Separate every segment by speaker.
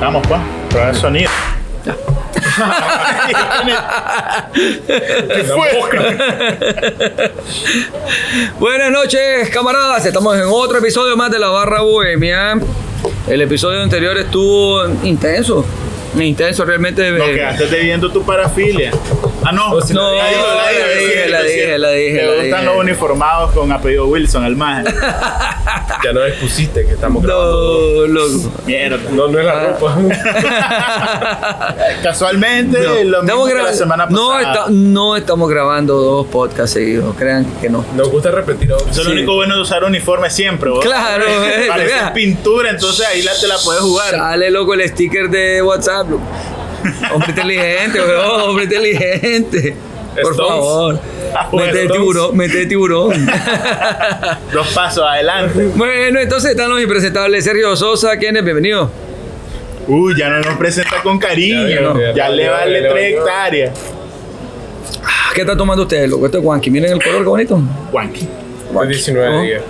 Speaker 1: Vamos, pues. Prueba el sonido.
Speaker 2: No puedo creer.
Speaker 3: Buenas noches, camaradas. Estamos en otro episodio más de La Barra Bohemia. El episodio anterior estuvo intenso. Intenso, realmente.
Speaker 1: Nos
Speaker 3: eh,
Speaker 1: quedaste debiendo tu parafilia. Ah, no.
Speaker 3: Oh, No, la
Speaker 1: es
Speaker 3: dije,
Speaker 1: cierto,
Speaker 3: la
Speaker 1: es
Speaker 3: dije,
Speaker 1: cierto.
Speaker 3: la dije,
Speaker 1: Te
Speaker 3: la
Speaker 1: gustan
Speaker 3: dije.
Speaker 1: los uniformados con apellido Wilson, el más.
Speaker 2: Ya nos expusiste que estamos grabando.
Speaker 3: no, Ah. loco.
Speaker 1: Mierda.
Speaker 2: No, no es la ropa.
Speaker 1: Casualmente, lo mismo que
Speaker 3: gra-
Speaker 1: la semana
Speaker 3: no,
Speaker 1: pasada.
Speaker 3: esta- no estamos grabando dos podcasts seguidos, crean que no.
Speaker 2: Nos gusta repetir.
Speaker 1: Eso es lo
Speaker 3: sí.
Speaker 1: único bueno de usar uniforme siempre, ¿vos?
Speaker 3: Claro, eh,
Speaker 1: Parece
Speaker 3: vea.
Speaker 1: pintura, entonces ahí la, te la puedes jugar.
Speaker 3: Sale loco el sticker de WhatsApp. loco. Hombre inteligente, weón, hombre inteligente. Por
Speaker 2: Stones.
Speaker 3: favor.
Speaker 1: Ah, bueno,
Speaker 3: Mete
Speaker 1: Stones.
Speaker 3: tiburón, mete tiburón.
Speaker 1: Dos pasos adelante.
Speaker 3: bueno, entonces están los impresentables. Sergio Sosa, ¿quién es? Bienvenido.
Speaker 1: Uy, ya no nos presenta con cariño.
Speaker 2: Ya,
Speaker 1: Ya,
Speaker 2: ya, ya,
Speaker 1: le
Speaker 2: ya,
Speaker 1: vale
Speaker 2: ya, ya.
Speaker 1: tres hectáreas.
Speaker 3: Ah, ¿Qué está tomando ustedes, loco? Este guanqui. Miren el color, qué bonito.
Speaker 1: Juanqui.
Speaker 2: Hoy 19
Speaker 3: ¿no?
Speaker 2: días.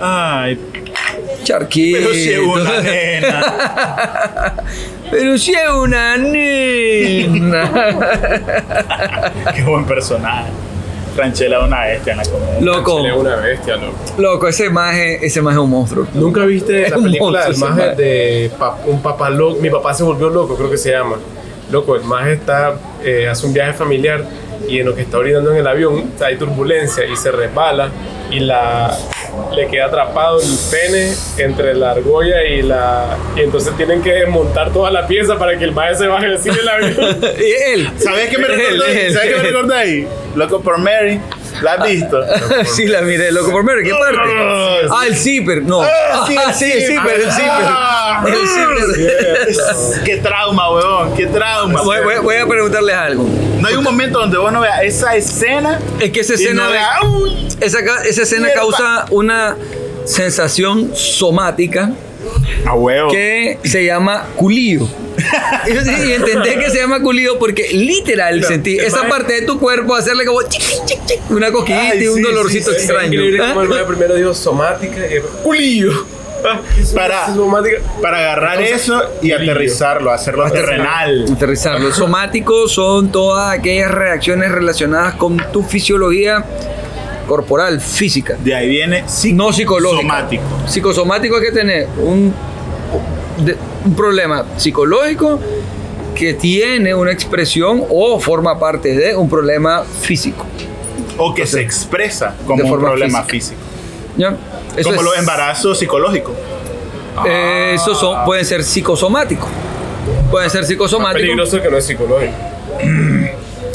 Speaker 1: Ay,
Speaker 3: Charquito.
Speaker 1: pero si es una nena.
Speaker 3: Pero si es una nena.
Speaker 1: Qué buen personaje. Franchella una bestia en la comedia.
Speaker 3: loco,
Speaker 2: Chile es una bestia, loco.
Speaker 3: loco, ese maje, ese maje es un monstruo.
Speaker 2: ¿Nunca viste
Speaker 3: Es
Speaker 2: la
Speaker 3: un
Speaker 2: película del
Speaker 3: monstruo,
Speaker 2: maje
Speaker 3: ese
Speaker 2: de pa- un papá loco? Mi papá se volvió loco, creo que se llama. Loco, el maje está, eh, hace un viaje familiar y en lo que está orinando en el avión hay turbulencia y se resbala y la le queda atrapado el pene entre la argolla y la y entonces tienen que desmontar toda la pieza para que el maje se baje así del avión.
Speaker 3: y él.
Speaker 1: ¿Sabes qué me
Speaker 3: Él,
Speaker 1: recuerda ahí?
Speaker 3: él,
Speaker 1: ¿Sabes qué me
Speaker 3: él.
Speaker 1: recuerda ahí? Loco por Mary. ¿La has visto?
Speaker 3: sí, la miré, loco por Mary, ¿qué parte?
Speaker 1: Ah,
Speaker 3: Ah, el zipper, no.
Speaker 1: Ah, sí, el
Speaker 3: Ah, sí, el zipper, el
Speaker 1: Ah,
Speaker 3: zipper. El zipper.
Speaker 1: Qué trauma, huevón. Qué trauma.
Speaker 3: Voy, voy- voy a preguntarles algo.
Speaker 1: No hay un momento donde vos no veas esa escena.
Speaker 3: Es que esa
Speaker 1: y
Speaker 3: escena,
Speaker 1: no veas, "Uy".
Speaker 3: esa, ca- esa escena
Speaker 1: Mierda.
Speaker 3: causa una sensación somática
Speaker 1: A huevo.
Speaker 3: que se llama culío. Y y entendé que se llama culío porque literal
Speaker 2: Claro,
Speaker 3: sentí
Speaker 2: el
Speaker 3: esa
Speaker 2: maje-
Speaker 3: parte de tu cuerpo hacerle como chic, chic, chic, chic, una cosquillita
Speaker 1: Ay,
Speaker 3: y un
Speaker 1: sí,
Speaker 3: dolorcito
Speaker 1: sí, sí,
Speaker 3: extraño.
Speaker 2: Increíble
Speaker 3: ¿Ah?
Speaker 2: como el maje primero dijo somática y después, culillo.
Speaker 1: Para.
Speaker 2: Somática.
Speaker 1: Para agarrar eso y aterrizarlo, hacerlo terrenal.
Speaker 3: Aterrizar. Los somáticos son todas aquellas reacciones relacionadas con tu fisiología corporal, física.
Speaker 1: De ahí viene
Speaker 3: No psicológica.
Speaker 1: somático.
Speaker 3: Psicosomático es que tener un, de- un problema psicológico que tiene una expresión o forma parte de un problema físico.
Speaker 1: o que se expresa como
Speaker 3: de
Speaker 1: un
Speaker 3: forma
Speaker 1: problema
Speaker 3: física.
Speaker 1: físico.
Speaker 3: ¿ya? Eso
Speaker 1: como
Speaker 3: es-
Speaker 1: los embarazos psicológicos.
Speaker 3: eh, esos son, pueden ser psicosomáticos. Pueden ser psicosomáticos.
Speaker 2: Peligroso que no es psicológico.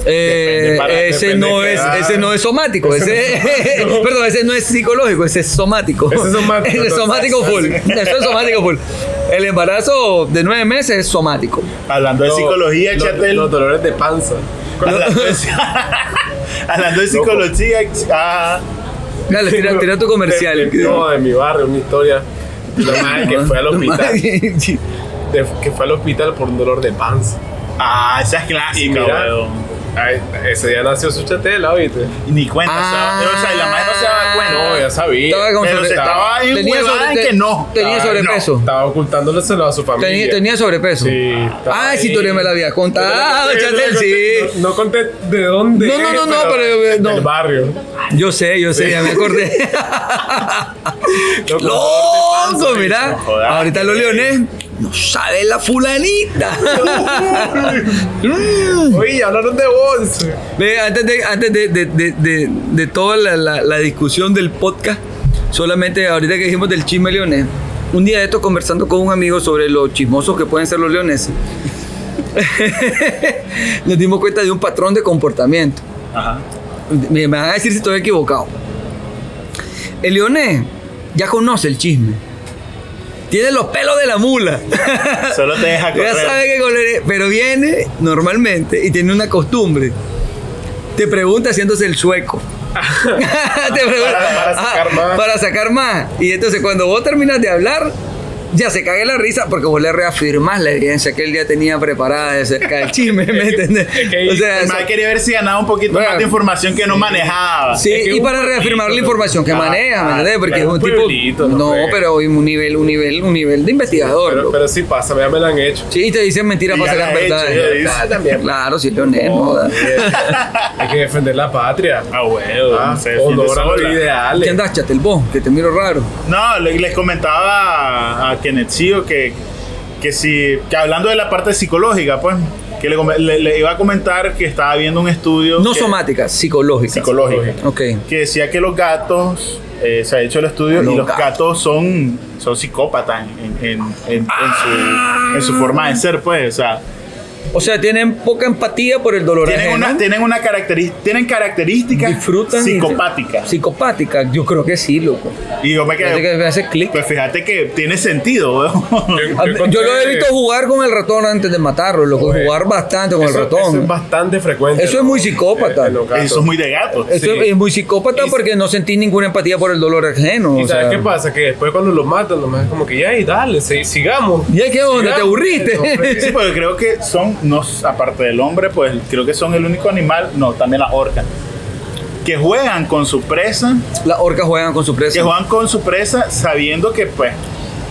Speaker 3: Eh,
Speaker 1: Depende para-
Speaker 3: ese,
Speaker 1: depende
Speaker 3: no
Speaker 1: de qué
Speaker 3: es,
Speaker 1: edad.
Speaker 3: ese no es somático. Ese, perdón, ese no es psicológico, ese es somático.
Speaker 2: Ese es somático,
Speaker 3: Ese es somático full.
Speaker 2: entonces.
Speaker 3: Eso es somático full. El embarazo de nueve meses es somático.
Speaker 1: Hablando de
Speaker 2: No,
Speaker 1: psicología,
Speaker 2: los-
Speaker 1: chatel.
Speaker 2: Los dolores de panza.
Speaker 1: hablando, de, hablando de psicología. ah,
Speaker 3: Dale, tira, tira tu
Speaker 2: De-
Speaker 3: comercial.
Speaker 2: de- No, de mi barrio, una historia. La
Speaker 1: Ah,
Speaker 2: madre que fue al hospital.
Speaker 3: Sí.
Speaker 2: de- que fue al hospital por un dolor de panza.
Speaker 1: ah, esa es
Speaker 2: Y
Speaker 1: clásica,
Speaker 2: mira,
Speaker 1: weón.
Speaker 2: ay, ese día nació su chatela, ¿viste?
Speaker 1: Y Ni cuenta,
Speaker 3: Ah.
Speaker 1: o sea, o sea, la madre no se daba
Speaker 2: No, ya
Speaker 1: cuenta.
Speaker 2: sabía.
Speaker 3: Estaba con
Speaker 1: Pero
Speaker 3: sobre-
Speaker 1: se estaba ahí
Speaker 3: tenía
Speaker 1: huevada
Speaker 3: sobre-
Speaker 1: en que no.
Speaker 3: Tenía
Speaker 1: Ah,
Speaker 3: sobrepeso.
Speaker 2: Estaba ocultándoselo a su familia.
Speaker 3: Tenía, tenía sobrepeso.
Speaker 2: Sí. estaba
Speaker 3: Ah,
Speaker 2: ahí.
Speaker 3: sí, tú me la habías contado,
Speaker 2: No,
Speaker 3: Chatel,
Speaker 2: no,
Speaker 3: sí.
Speaker 2: No, no conté de dónde.
Speaker 3: No, no, no, no, pero, eh, no.
Speaker 2: Del barrio.
Speaker 3: Yo sé, yo sé, ya me acordé. ¡Loco! Mirá,
Speaker 1: no jodas.
Speaker 3: ahorita los leones no sabe la fulanita.
Speaker 2: Oye, ya hablaron de vos.
Speaker 3: Ve, antes de, antes de, de- de- de- de toda la, la- la discusión del podcast, solamente ahorita que dijimos del chisme leonés, un día de esto conversando con un amigo sobre lo chismosos que pueden ser los leones, nos dimos cuenta de un patrón de comportamiento.
Speaker 1: Ajá.
Speaker 3: Me me van a decir si estoy equivocado. El leonés ya conoce el chisme. Tiene los pelos de la mula.
Speaker 1: Solo te deja
Speaker 3: Ya
Speaker 1: correr.
Speaker 3: sabe que color es, pero viene normalmente y tiene una costumbre. Te pregunta haciéndose el sueco. Te pregunta-
Speaker 2: para sacar
Speaker 3: ah,
Speaker 2: más.
Speaker 3: para sacar más. Y entonces cuando vos terminas de hablar, ya se cague la risa porque vos le reafirmás la evidencia que él ya tenía preparada de acerca del chisme, ¿me entendés?
Speaker 2: es que
Speaker 3: o sea,
Speaker 1: El
Speaker 3: eso-
Speaker 1: man quería ver si ganaba un poquito
Speaker 3: Bueno,
Speaker 1: más de información que no manejaba.
Speaker 3: Sí,
Speaker 2: es que
Speaker 3: y
Speaker 2: un
Speaker 3: para
Speaker 2: pueblito,
Speaker 3: reafirmar la información que
Speaker 1: ah,
Speaker 3: maneja, ¿me
Speaker 1: ah,
Speaker 3: entendés? Porque
Speaker 2: claro,
Speaker 3: es un
Speaker 2: un
Speaker 3: tipo.
Speaker 2: pueblito, no
Speaker 3: no,
Speaker 2: fue.
Speaker 3: pero hay un nivel, un nivel, un nivel de investigador.
Speaker 2: Pero,
Speaker 3: loco.
Speaker 2: pero sí pasa, ya me la han hecho.
Speaker 3: sí, te dicen mentiras
Speaker 1: Y
Speaker 3: para
Speaker 1: ya la
Speaker 3: sacar
Speaker 1: he hecho,
Speaker 3: verdad. eh.
Speaker 1: ya dice.
Speaker 2: Ah, también.
Speaker 3: Claro, sí, Leonel, no, da.
Speaker 2: Hay que defender la patria.
Speaker 1: Ah, huevo.
Speaker 2: Ah,
Speaker 1: no sé, fin de
Speaker 2: honor a los
Speaker 1: sola.
Speaker 3: ¿Qué
Speaker 2: ideales.
Speaker 3: andás, Chatelbó? Que te miro raro.
Speaker 1: No, le- les comentaba a, a Kenetsio que, que si, que hablando de la parte psicológica, pues, que le, come- le- le iba a comentar que estaba viendo un estudio
Speaker 3: No
Speaker 1: que-
Speaker 3: somáticas, psicológicas.
Speaker 1: psicológico
Speaker 3: Ok.
Speaker 1: que decía que los gatos eh, se ha hecho el estudio
Speaker 3: Ah, Los
Speaker 1: y los
Speaker 3: gatos.
Speaker 1: gatos, son son psicópatas en, en- en- en
Speaker 3: Ah.
Speaker 1: su, en su forma de ser, pues, o sea,
Speaker 3: O sea, tienen poca empatía por el dolor
Speaker 1: tienen
Speaker 3: ajeno.
Speaker 1: una, tienen una caracteri- tienen características
Speaker 3: Disfrutan.
Speaker 1: psicopáticas.
Speaker 3: Psicopática, yo creo que sí, loco.
Speaker 1: Y yo me
Speaker 3: Fíjate
Speaker 1: quedé,
Speaker 3: que me hace clic.
Speaker 1: pues fíjate que tiene sentido, weón.
Speaker 3: A- Yo lo he visto jugar con el ratón antes de matarlo, loco.
Speaker 2: Oye,
Speaker 3: Jugar bastante con
Speaker 2: Eso-
Speaker 3: el ratón.
Speaker 2: Eso es bastante frecuente. Eh,
Speaker 3: Eso es muy psicópata.
Speaker 2: En los gatos.
Speaker 1: Eso es muy de gatos.
Speaker 3: Eso
Speaker 2: Sí.
Speaker 3: es muy psicópata
Speaker 2: Y-
Speaker 3: porque no sentís ninguna empatía por el dolor ajeno.
Speaker 2: ¿Y
Speaker 3: o
Speaker 2: sabes
Speaker 3: sea.
Speaker 2: qué pasa? Que después cuando lo matan, nomás es como que ya, y dale, si- sigamos.
Speaker 3: ¿Y ahí qué onda? ¿Te aburriste?
Speaker 1: Sí, porque creo que son, no, aparte del hombre, pues creo que son el único animal, no, también la orca, que juegan con su presa,
Speaker 3: Las orcas juegan con su
Speaker 1: que
Speaker 3: presa.
Speaker 1: juegan con su presa sabiendo que pues,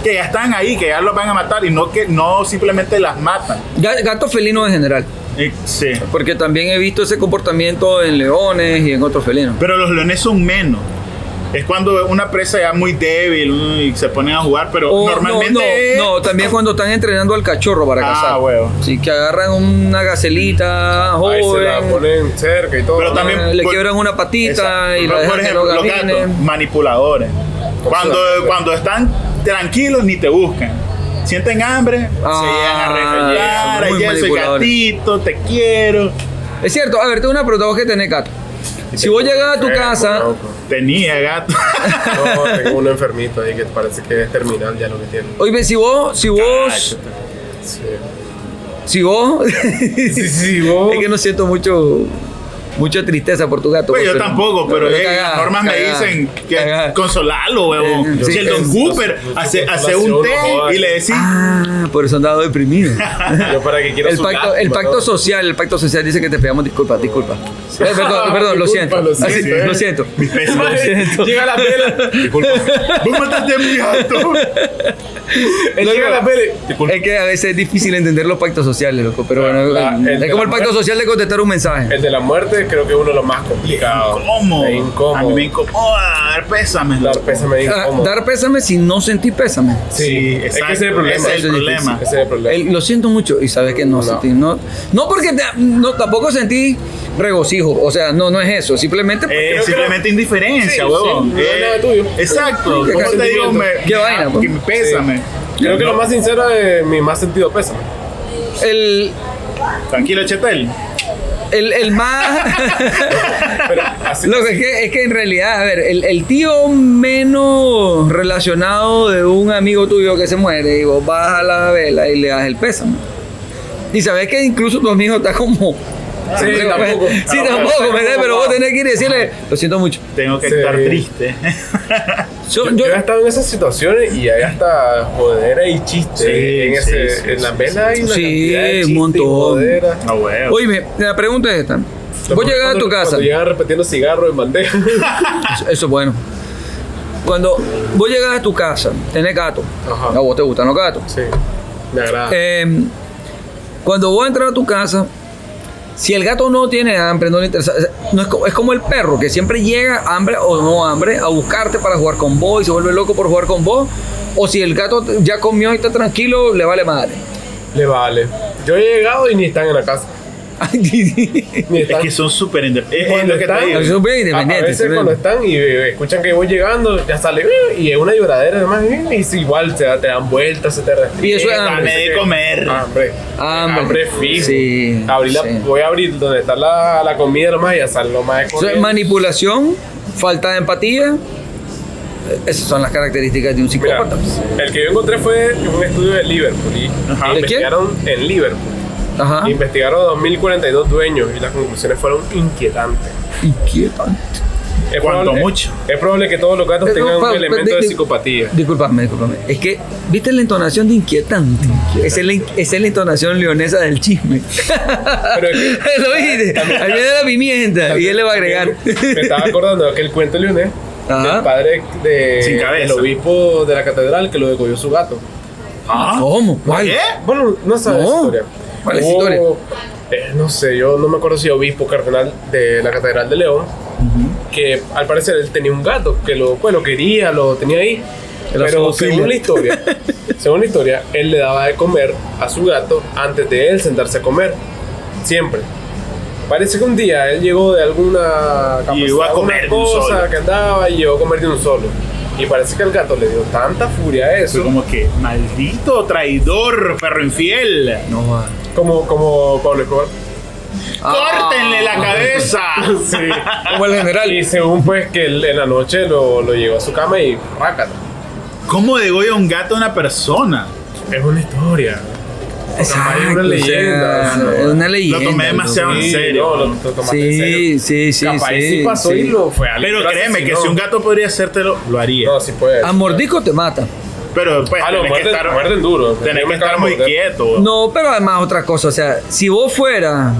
Speaker 1: que ya están ahí, que ya los van a matar y no que no simplemente las matan.
Speaker 3: Ga- Gatos felinos en general.
Speaker 1: Eh, sí.
Speaker 3: Porque también he visto ese comportamiento en leones y en otros felinos.
Speaker 1: Pero los leones son menos. Es cuando una presa ya muy débil mm, y se ponen a jugar, pero
Speaker 3: O,
Speaker 1: normalmente...
Speaker 3: Oh, no, no, no, también cuando están entrenando al cachorro para
Speaker 1: Ah,
Speaker 3: cazar.
Speaker 1: huevo.
Speaker 3: Sí, que agarran una gacelita
Speaker 2: Ahí se la
Speaker 3: joven, eh,
Speaker 2: ponen cerca y todo.
Speaker 1: Pero
Speaker 2: ¿no?
Speaker 1: también-
Speaker 3: le
Speaker 1: por-
Speaker 3: quiebran una patita
Speaker 1: Exacto.
Speaker 3: y la
Speaker 1: Por-
Speaker 3: dejan
Speaker 1: por
Speaker 3: que
Speaker 1: ejemplo,
Speaker 3: lo
Speaker 1: los
Speaker 3: caminen.
Speaker 1: gatos manipuladores. Cuando,
Speaker 2: Exacto.
Speaker 1: cuando están tranquilos ni te buscan. Sienten hambre, se llegan
Speaker 3: Ah,
Speaker 1: a regalar,
Speaker 3: son muy
Speaker 1: "Ay, soy
Speaker 3: manipuladores".
Speaker 1: gatito, te quiero.
Speaker 3: Es cierto, a ver, tengo una pregunta, vos que tenés gato. Si vos llegas a tu
Speaker 2: Enfermo,
Speaker 3: casa,
Speaker 2: loco.
Speaker 1: Tenía gato.
Speaker 2: No, tengo uno enfermito ahí que parece que es terminal ya lo que tiene.
Speaker 3: oye, si vos, si vos,
Speaker 2: Sí,
Speaker 3: si vos,
Speaker 2: sí, sí,
Speaker 3: Es que no siento mucho mucha tristeza por tu gato.
Speaker 1: Pues yo
Speaker 3: pero-
Speaker 1: tampoco, pero eh,
Speaker 3: cagá,
Speaker 1: las normas me
Speaker 3: cagá,
Speaker 1: dicen que
Speaker 3: cagá.
Speaker 1: consolarlo, huevón.
Speaker 3: Eh, sí,
Speaker 1: si el Don
Speaker 2: es-
Speaker 1: Cooper
Speaker 2: es- es-
Speaker 1: hace,
Speaker 2: es-
Speaker 1: hace un té
Speaker 2: no,
Speaker 1: y le decís,
Speaker 3: Ah, por eso andaba deprimido.
Speaker 2: Yo para que quiero
Speaker 3: El
Speaker 2: su
Speaker 3: pacto,
Speaker 2: gato,
Speaker 3: el pacto
Speaker 2: ¿no?
Speaker 3: social, el pacto social dice que te pedamos disculpas, disculpas. Eh, perdón, perdón, lo
Speaker 2: Disculpa,
Speaker 3: siento.
Speaker 2: lo
Speaker 3: Así,
Speaker 2: siento, eh.
Speaker 3: Lo siento.
Speaker 1: Mis pésimos.
Speaker 3: Lo siento.
Speaker 2: Llega la pela. Disculpa.
Speaker 1: eh, vos mataste a mi gato.
Speaker 2: Él llega la pele. Disculpa.
Speaker 3: Es que a veces es difícil entender los pactos sociales, loco. Pero bueno,
Speaker 2: La- el de
Speaker 3: es como el
Speaker 2: la
Speaker 3: pacto
Speaker 2: mujer.
Speaker 3: social de contestar un mensaje.
Speaker 2: El de la muerte creo que es uno de los más complicados.
Speaker 1: ¿Cómo?
Speaker 2: Es
Speaker 1: A mí
Speaker 2: incómodo.
Speaker 1: me incomoda. dar pésames.
Speaker 2: Dar
Speaker 1: loco.
Speaker 2: pésame es
Speaker 3: Ah,
Speaker 2: incómodo.
Speaker 3: Dar pésame si no sentí pésame.
Speaker 2: Sí,
Speaker 1: Sí,
Speaker 2: es que ese
Speaker 1: exacto.
Speaker 2: es el problema.
Speaker 1: Ese es el
Speaker 3: Eso es
Speaker 1: problema.
Speaker 2: Ese es el problema.
Speaker 3: El- lo siento mucho y sabes que no,
Speaker 2: No.
Speaker 3: sentí. No, no porque te- no, tampoco sentí regocijo. O sea, no, no es eso. Simplemente porque-
Speaker 1: Eh,
Speaker 2: Creo que
Speaker 1: simplemente indiferencia,
Speaker 2: Sí,
Speaker 1: huevón.
Speaker 2: sí, no es
Speaker 1: Eh,
Speaker 2: nada tuyo.
Speaker 1: Exacto.
Speaker 3: Sí, que
Speaker 1: ¿Cómo te digo?
Speaker 2: sentimiento.
Speaker 1: Me,
Speaker 3: Qué vaina, pues.
Speaker 1: que me pésame.
Speaker 2: Creo que lo más sincero es mi más sentido pésame.
Speaker 3: el,
Speaker 1: Tranquilo, Chetel.
Speaker 3: el, el más.
Speaker 2: Pero así
Speaker 3: Lo que es, que es que en realidad, a ver, el, el tío menos relacionado de un amigo tuyo que se muere y vos vas a la vela y le das el pésame. Y sabes que incluso tu amigo está como...
Speaker 2: Sí, tampoco.
Speaker 3: Sí,
Speaker 2: Ah,
Speaker 3: tampoco,
Speaker 2: bueno.
Speaker 3: ¿me entiendes? pero vos tenés que ir y decirle, lo siento mucho.
Speaker 1: Tengo que
Speaker 2: Sí.
Speaker 1: estar triste.
Speaker 3: Yo-
Speaker 2: Yo,
Speaker 3: yo-
Speaker 2: yo he estado en esas situaciones y hay hasta jodera y chiste
Speaker 1: Sí,
Speaker 2: en,
Speaker 1: sí,
Speaker 2: ese,
Speaker 1: sí,
Speaker 2: en la
Speaker 1: sí,
Speaker 2: vela hay una
Speaker 3: Sí,
Speaker 2: cantidad de
Speaker 3: un
Speaker 2: chiste y
Speaker 3: montón.
Speaker 2: jodera.
Speaker 1: No, huevo.
Speaker 3: Oíme, la pregunta es esta. Vos
Speaker 2: Cuando-
Speaker 3: llegas a tu casa,
Speaker 2: Cuando llegan repetiendo cigarro en bandeja.
Speaker 3: eso eso es bueno. Cuando vos llegas a tu casa, tenés gato.
Speaker 2: Ajá.
Speaker 3: A vos te gustan los gatos.
Speaker 2: sí, me agrada.
Speaker 3: Eh, cuando vos entras a tu casa, si el gato no tiene hambre, no le interesa. No es, co- es como el perro que siempre llega hambre o no hambre a buscarte para jugar con vos y se vuelve loco por jugar con vos. O si el gato t- ya comió y está tranquilo, le vale madre.
Speaker 2: Le vale. Yo he llegado y ni están en la casa. Ni
Speaker 1: es
Speaker 2: están.
Speaker 1: que son súper independientes. Es
Speaker 2: Cuando
Speaker 1: lo que te
Speaker 2: están-
Speaker 1: digo.
Speaker 3: Son bien
Speaker 2: A- a
Speaker 3: independientes.
Speaker 2: veces cuando están y eh, escuchan que voy llegando, ya sale eh, y es una lloradera además, eh, y si igual te, da- te dan vueltas, se te respiran.
Speaker 3: Y eso es hambre.
Speaker 1: Dame de comer.
Speaker 2: Hambre.
Speaker 3: Hambre.
Speaker 2: fijo.
Speaker 3: Sí,
Speaker 2: Abrí la-
Speaker 3: sí.
Speaker 2: Voy a abrir donde está la, la comida nomás y ya sale lo más de
Speaker 3: Eso es
Speaker 2: corriendo.
Speaker 3: manipulación, falta de empatía. Eh, Esas son las características de un
Speaker 2: Mira,
Speaker 3: psicópata.
Speaker 2: el que yo encontré fue un estudio de Liverpool y
Speaker 1: Ajá.
Speaker 2: y
Speaker 3: ¿De quién?
Speaker 2: investigaron en Liverpool.
Speaker 3: Ajá.
Speaker 2: Investigaron a 2042 dueños y las conclusiones fueron inquietantes.
Speaker 3: Inquietante.
Speaker 2: Es
Speaker 1: Cuanto
Speaker 2: probable-
Speaker 1: mucho.
Speaker 2: Es probable que todos los gatos
Speaker 3: Eh,
Speaker 2: tengan
Speaker 3: no,
Speaker 2: un
Speaker 3: Pablo,
Speaker 2: elemento
Speaker 3: di-
Speaker 2: de
Speaker 3: di-
Speaker 2: psicopatía.
Speaker 3: Disculpame, disculpame. Es que, ¿viste la entonación de inquietante? Esa es la, in- esa es la entonación leonesa del chisme.
Speaker 2: Pero es que-
Speaker 3: ¿Lo viste? Ahí viene la pimienta y él le va a agregar.
Speaker 2: Me estaba acordando de aquel cuento leonés
Speaker 3: Ajá.
Speaker 2: del padre de,
Speaker 1: Sin cabeza.
Speaker 2: del obispo de la catedral que lo degolló su gato.
Speaker 1: ¿Ah?
Speaker 3: ¿Cómo? ¿Cuál?
Speaker 1: ¿Qué?
Speaker 2: Bueno, no sabes
Speaker 3: No.
Speaker 2: esa historia.
Speaker 3: ¿Cuál es
Speaker 2: Hubo-
Speaker 3: la historia?
Speaker 2: eh, no sé, yo no me acuerdo si obispo cardenal de la catedral de León, que al parecer él tenía un gato que lo, pues, lo quería, lo tenía ahí.
Speaker 3: Era
Speaker 2: Pero
Speaker 3: zoofilia.
Speaker 2: según la historia, según la historia, él le daba de comer a su gato antes de él sentarse a comer, siempre. Parece que un día él llegó de alguna
Speaker 1: Y llegó a
Speaker 2: alguna
Speaker 1: comer de un
Speaker 2: cosa
Speaker 1: solo.
Speaker 2: que andaba y llegó a comer de un solo. Y parece que el gato le dio tanta furia a eso
Speaker 1: Soy como que, maldito traidor, perro infiel.
Speaker 3: No ah. va.
Speaker 2: como, como Pablo Escobar.
Speaker 3: Ah.
Speaker 1: ¡Córtenle la cabeza!
Speaker 2: Sí.
Speaker 3: Como el
Speaker 2: Y
Speaker 3: general.
Speaker 2: según pues que él en la noche lo, lo llevó a su cama y rácata.
Speaker 1: ¿Cómo degolla un gato a una persona?
Speaker 2: Es una historia.
Speaker 3: Exacto,
Speaker 2: Hay una
Speaker 3: o sea,
Speaker 2: leyenda, ¿no?
Speaker 3: es una leyenda.
Speaker 1: tomé demasiado
Speaker 3: loco.
Speaker 1: en serio,
Speaker 2: no, lo,
Speaker 1: ¿no?
Speaker 2: lo tomaste en
Speaker 3: Sí,
Speaker 2: serio.
Speaker 3: sí, sí.
Speaker 2: Capaz
Speaker 3: sí,
Speaker 2: sí, pasó
Speaker 3: sí.
Speaker 2: y lo fue a
Speaker 1: Pero créeme que si un gato podría hacértelo, lo haría.
Speaker 2: No, sí puede.
Speaker 3: A mordico te mata.
Speaker 1: Pero pues,
Speaker 2: Ah, no,
Speaker 1: tenés que
Speaker 2: muerden,
Speaker 1: estar,
Speaker 2: muerden duro.
Speaker 1: tenés
Speaker 2: Yo
Speaker 1: que
Speaker 2: me
Speaker 1: estar
Speaker 2: acabo de
Speaker 1: muy
Speaker 2: morder.
Speaker 1: quieto.
Speaker 3: No, pero además otra cosa, o sea, si vos fuera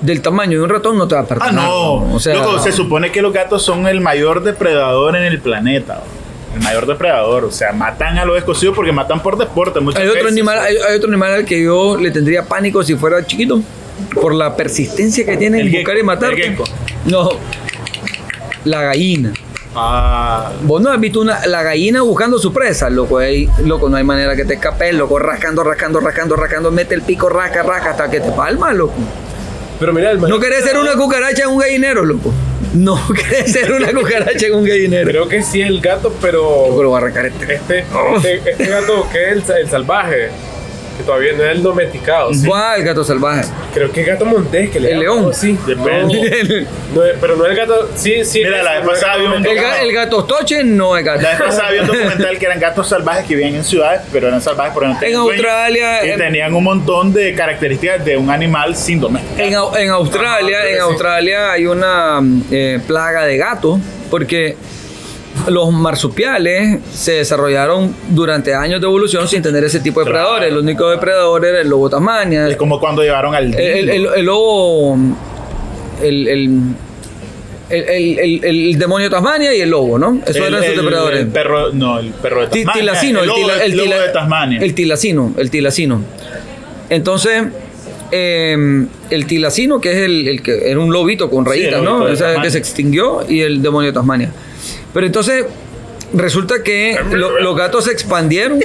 Speaker 3: del tamaño de un ratón no te va a perder.
Speaker 1: Ah, no.
Speaker 3: O sea,
Speaker 1: Loco, se supone que los gatos son el mayor depredador en el planeta. bro. El mayor depredador. O sea, matan a los descosidos porque matan por deporte. Muchas
Speaker 3: hay otro
Speaker 1: veces.
Speaker 3: animal, hay, hay otro animal al que yo le tendría pánico si fuera chiquito por la persistencia que tiene
Speaker 1: El
Speaker 3: en
Speaker 1: gecko,
Speaker 3: buscar y matar.
Speaker 1: el gecko.
Speaker 3: No. La gallina.
Speaker 1: Ah,
Speaker 3: Vos no has visto una la gallina buscando su presa, loco, ahí, loco, no hay manera que te escapes, loco, rascando, rascando, rascando, rascando, mete el pico, rasca, rasca hasta que te palma, loco.
Speaker 2: Pero mira, el
Speaker 3: No
Speaker 2: mayor-
Speaker 3: querés ser una cucaracha en un gallinero, loco. No querés ser una cucaracha en un gallinero.
Speaker 2: Creo que sí es el gato,
Speaker 3: Loco,
Speaker 2: pero.
Speaker 3: lo va a arrancar este.
Speaker 2: Este, este, este gato que es el, sa- el salvaje. Que todavía no es el domesticado. sí.
Speaker 3: ¿Cuál gato salvaje?
Speaker 2: Creo que es gato montés que le
Speaker 3: El
Speaker 2: llaman,
Speaker 3: león.
Speaker 2: ¿no? Sí,
Speaker 1: Depende.
Speaker 3: El,
Speaker 2: No, no es- pero no es el gato. Sí, sí.
Speaker 1: Mira,
Speaker 2: es-
Speaker 1: la vez
Speaker 2: no es
Speaker 1: pasada
Speaker 2: gato
Speaker 1: vi un-
Speaker 2: domesticado.
Speaker 3: ga- el gato toche no es gato.
Speaker 1: la vez pasada vi un documental que eran gatos salvajes que vivían en ciudades, pero eran salvajes porque no tenían dueño.
Speaker 3: Australia,
Speaker 1: Y
Speaker 3: eh,
Speaker 1: tenían un montón de características de un animal sin doméstico.
Speaker 3: En, Au- en Australia,
Speaker 1: Ah,
Speaker 2: Ajá, creo
Speaker 3: en
Speaker 2: que sí.
Speaker 3: Australia hay una mm, eh, plaga de gatos porque los marsupiales se desarrollaron durante años de evolución sin tener ese tipo de
Speaker 1: Claro.
Speaker 3: depredadores. El único depredador era el lobo Tasmania.
Speaker 1: Es como cuando llevaron al
Speaker 3: El, el-
Speaker 1: dildo.
Speaker 3: el- el lobo. El, el, el- el- el- el demonio Tasmania y el lobo, ¿no? Esos
Speaker 1: El-
Speaker 3: eran sus
Speaker 1: el-
Speaker 3: depredadores.
Speaker 1: El perro, no, el perro de
Speaker 3: Ti-
Speaker 1: Tasmania.
Speaker 3: tilacino,
Speaker 1: el,
Speaker 3: el,
Speaker 1: lobo,
Speaker 3: tila-
Speaker 1: de-
Speaker 3: el
Speaker 1: lobo
Speaker 3: tila-
Speaker 1: de Tasmania.
Speaker 3: el tilacino, el tilacino. Entonces, eh, el tilacino, que es el, el que era un lobito con rayitas,
Speaker 1: el
Speaker 3: ¿no?
Speaker 1: lobito de
Speaker 3: O sea,
Speaker 1: Tasmania.
Speaker 3: que se extinguió y el demonio de Tasmania. Pero entonces, resulta que lo- los gatos se expandieron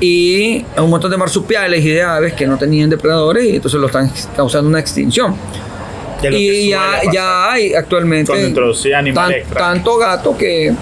Speaker 3: y un montón de marsupiales y de aves que no tenían depredadores y entonces lo están causando una extinción.
Speaker 1: Que es lo que
Speaker 3: Y
Speaker 1: suele
Speaker 3: ya,
Speaker 1: pasar.
Speaker 3: ya hay actualmente
Speaker 1: Cuando introducí animal extra.
Speaker 3: tanto gato que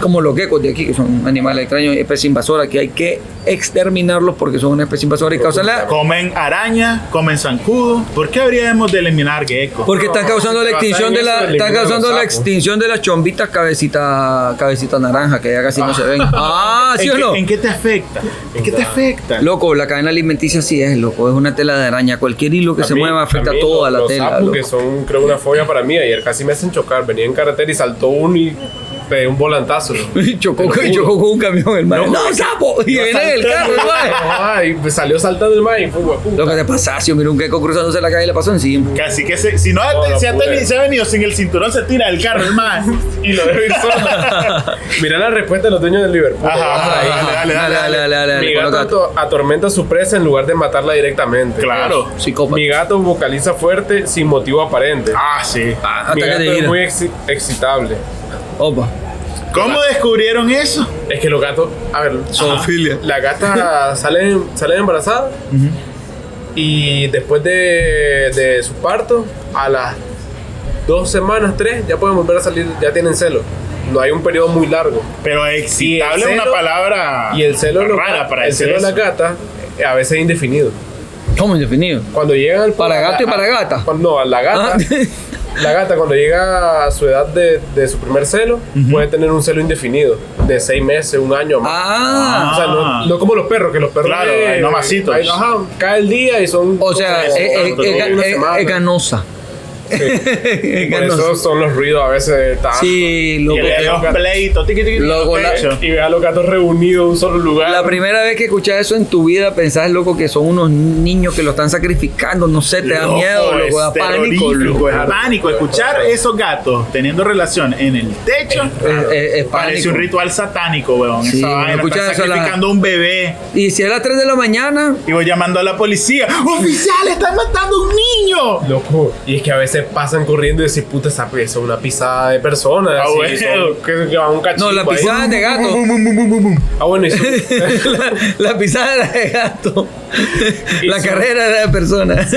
Speaker 3: como los geckos de aquí, que son animales extraños, especie invasora, que hay que exterminarlos porque son una especie invasora y causan la...
Speaker 1: Comen araña, comen zancudo. ¿Por qué habríamos de eliminar gecko?
Speaker 3: Porque están causando la
Speaker 2: Basado en
Speaker 3: extinción de
Speaker 2: eso,
Speaker 3: la,
Speaker 2: elimina
Speaker 3: están
Speaker 2: los
Speaker 3: causando la
Speaker 2: sapos.
Speaker 3: extinción de las chombitas cabecita, cabecita naranja, que ya casi no se ven. Ah, ¿sí
Speaker 1: ¿En,
Speaker 3: o
Speaker 1: qué,
Speaker 3: no?
Speaker 1: en qué te afecta? ¿En qué te afecta?
Speaker 3: Loco, la cadena alimenticia sí es, loco, es una tela de araña. Cualquier hilo que
Speaker 2: A
Speaker 3: se
Speaker 2: mí-
Speaker 3: mueva afecta
Speaker 2: a mí
Speaker 3: toda
Speaker 2: los-
Speaker 3: la
Speaker 2: los
Speaker 3: tela.
Speaker 2: sapos
Speaker 3: loco.
Speaker 2: que son, creo, una fobia para mí. Ayer casi me hacen chocar. Venía en carretera y saltó uno y pegué un volantazo. ¿no?
Speaker 3: Y chocó,
Speaker 2: Te lo
Speaker 3: y
Speaker 2: juro.
Speaker 3: chocó con un camión, hermano. ¡No, sapo! Y
Speaker 2: Iba
Speaker 3: viene en el carro,
Speaker 2: saltando,
Speaker 3: hermano.
Speaker 2: Ah, y pues salió saltando el mar y fue
Speaker 3: Lo
Speaker 2: hueputa.
Speaker 3: que te pasa, si yo miro un gecko cruzándose la calle le pasó encima.
Speaker 1: Casi que se- si no,
Speaker 2: No,
Speaker 1: se,
Speaker 2: no
Speaker 1: ha
Speaker 2: pude.
Speaker 1: tenido- se ha venido sin el cinturón, se tira del carro, hermano.
Speaker 2: Y lo dejó ir solo. Mira la respuesta de los dueños del Liverpool.
Speaker 1: Ajá, ajá, dale, dale, dale, dale.
Speaker 2: Mi
Speaker 3: con los
Speaker 2: gato
Speaker 3: gatos.
Speaker 2: ato- atormenta a su presa en lugar de matarla directamente.
Speaker 1: Claro.
Speaker 3: Psicópata.
Speaker 2: Mi gato vocaliza fuerte sin motivo aparente.
Speaker 1: Ah, sí.
Speaker 3: Ah,
Speaker 2: Mi
Speaker 3: ataque
Speaker 2: gato
Speaker 3: de
Speaker 2: es
Speaker 3: ira.
Speaker 2: muy exi- excitable.
Speaker 3: Opa.
Speaker 1: ¿Cómo descubrieron eso?
Speaker 2: Es que los gatos, a ver,
Speaker 3: Zoofilia.
Speaker 2: las gatas salen, salen embarazadas y después de, de su parto, a las dos semanas, tres, ya pueden volver a salir, ya tienen celo. No hay un periodo muy largo.
Speaker 1: Pero excitable es
Speaker 2: celo-
Speaker 1: una
Speaker 3: Ah,
Speaker 1: palabra
Speaker 2: Y el celo, de los
Speaker 1: rara
Speaker 2: ga-
Speaker 1: para
Speaker 2: el
Speaker 1: decir
Speaker 2: celo de las
Speaker 1: eso.
Speaker 2: gatas eh, a veces es indefinido.
Speaker 3: ¿Cómo indefinido?
Speaker 2: Cuando llegan al
Speaker 3: Para gato y
Speaker 2: a-
Speaker 3: para gata.
Speaker 2: Cuando, no, a la gata.
Speaker 3: Ah.
Speaker 2: La gata cuando llega a su edad de, de su primer celo puede tener un celo indefinido de seis meses, un año más.
Speaker 3: Ah.
Speaker 2: O sea, no, no como los perros, que los perros.
Speaker 1: Claro,
Speaker 2: eh,
Speaker 1: hay nomacitos.
Speaker 2: ajá, cae el día y son.
Speaker 3: O sea, eh,
Speaker 2: como-
Speaker 3: es, es-
Speaker 2: como
Speaker 3: es-
Speaker 2: una
Speaker 3: es-
Speaker 2: semana.
Speaker 3: es ganosa.
Speaker 2: Por eso son los ruidos a veces de tal.
Speaker 3: Sí, loco.
Speaker 1: Y le
Speaker 2: veo-
Speaker 1: los pleitos. tiqui, tiqui, tiqui,
Speaker 3: Luego la-
Speaker 1: techo.
Speaker 2: Y ve a los gatos reunidos en un solo lugar.
Speaker 3: La primera vez que escuchas eso en tu vida, pensás, loco, que son unos niños que lo están sacrificando, no sé, te da
Speaker 1: Loco,
Speaker 3: miedo,
Speaker 1: es
Speaker 3: loco, da pánico,
Speaker 1: terrorífico,
Speaker 3: loco.
Speaker 1: es pánico. Escuchar esos gatos teniendo relación en el techo
Speaker 3: Es- es- es
Speaker 1: parece
Speaker 3: pánico.
Speaker 1: un ritual satánico, weón.
Speaker 3: Sí,
Speaker 1: Esa vaina,
Speaker 3: escuchas
Speaker 1: están
Speaker 3: eso a la-
Speaker 1: sacrificando a un bebé.
Speaker 3: Y si es a las 3 de la mañana,
Speaker 1: Y voy llamando a la policía. ¡Oficial, están matando a un niño!
Speaker 2: Loco, y es que a veces pasan corriendo y decís, puta, esa es una pisada de personas.
Speaker 1: Ah,
Speaker 2: así,
Speaker 1: bueno.
Speaker 2: son- que llevan un
Speaker 3: no,
Speaker 2: cachimbo
Speaker 3: la
Speaker 2: ahí.
Speaker 1: pues.
Speaker 3: pisada es de gato.
Speaker 2: Ah, bueno, y son-
Speaker 3: la, la pisada era de gato. la
Speaker 2: Hizo-
Speaker 3: carrera era de persona.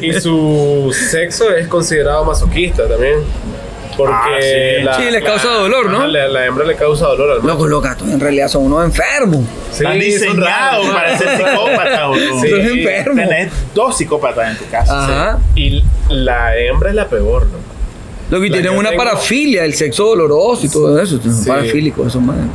Speaker 2: y su sexo es considerado masoquista también. Porque
Speaker 1: Ah, sí.
Speaker 2: la,
Speaker 3: Sí, le
Speaker 2: la-
Speaker 3: causa dolor, ¿no?
Speaker 2: ajá, la, la hembra le causa dolor al macho.
Speaker 3: Loco, los gatos en realidad son unos enfermos.
Speaker 2: Sí,
Speaker 1: Están
Speaker 2: son
Speaker 1: diseñados
Speaker 2: raros.
Speaker 1: para ser psicópatas, weón.
Speaker 2: Sí.
Speaker 3: Son enfermos.
Speaker 1: Tenés dos psicópatas en tu casa.
Speaker 3: Ajá.
Speaker 2: Y la hembra es la peor, ¿no?
Speaker 3: Lo que
Speaker 2: La
Speaker 3: tienen
Speaker 2: que
Speaker 3: una
Speaker 2: tengo-
Speaker 3: parafilia, el sexo doloroso y todo eso. Son Parafílicos, esos madres.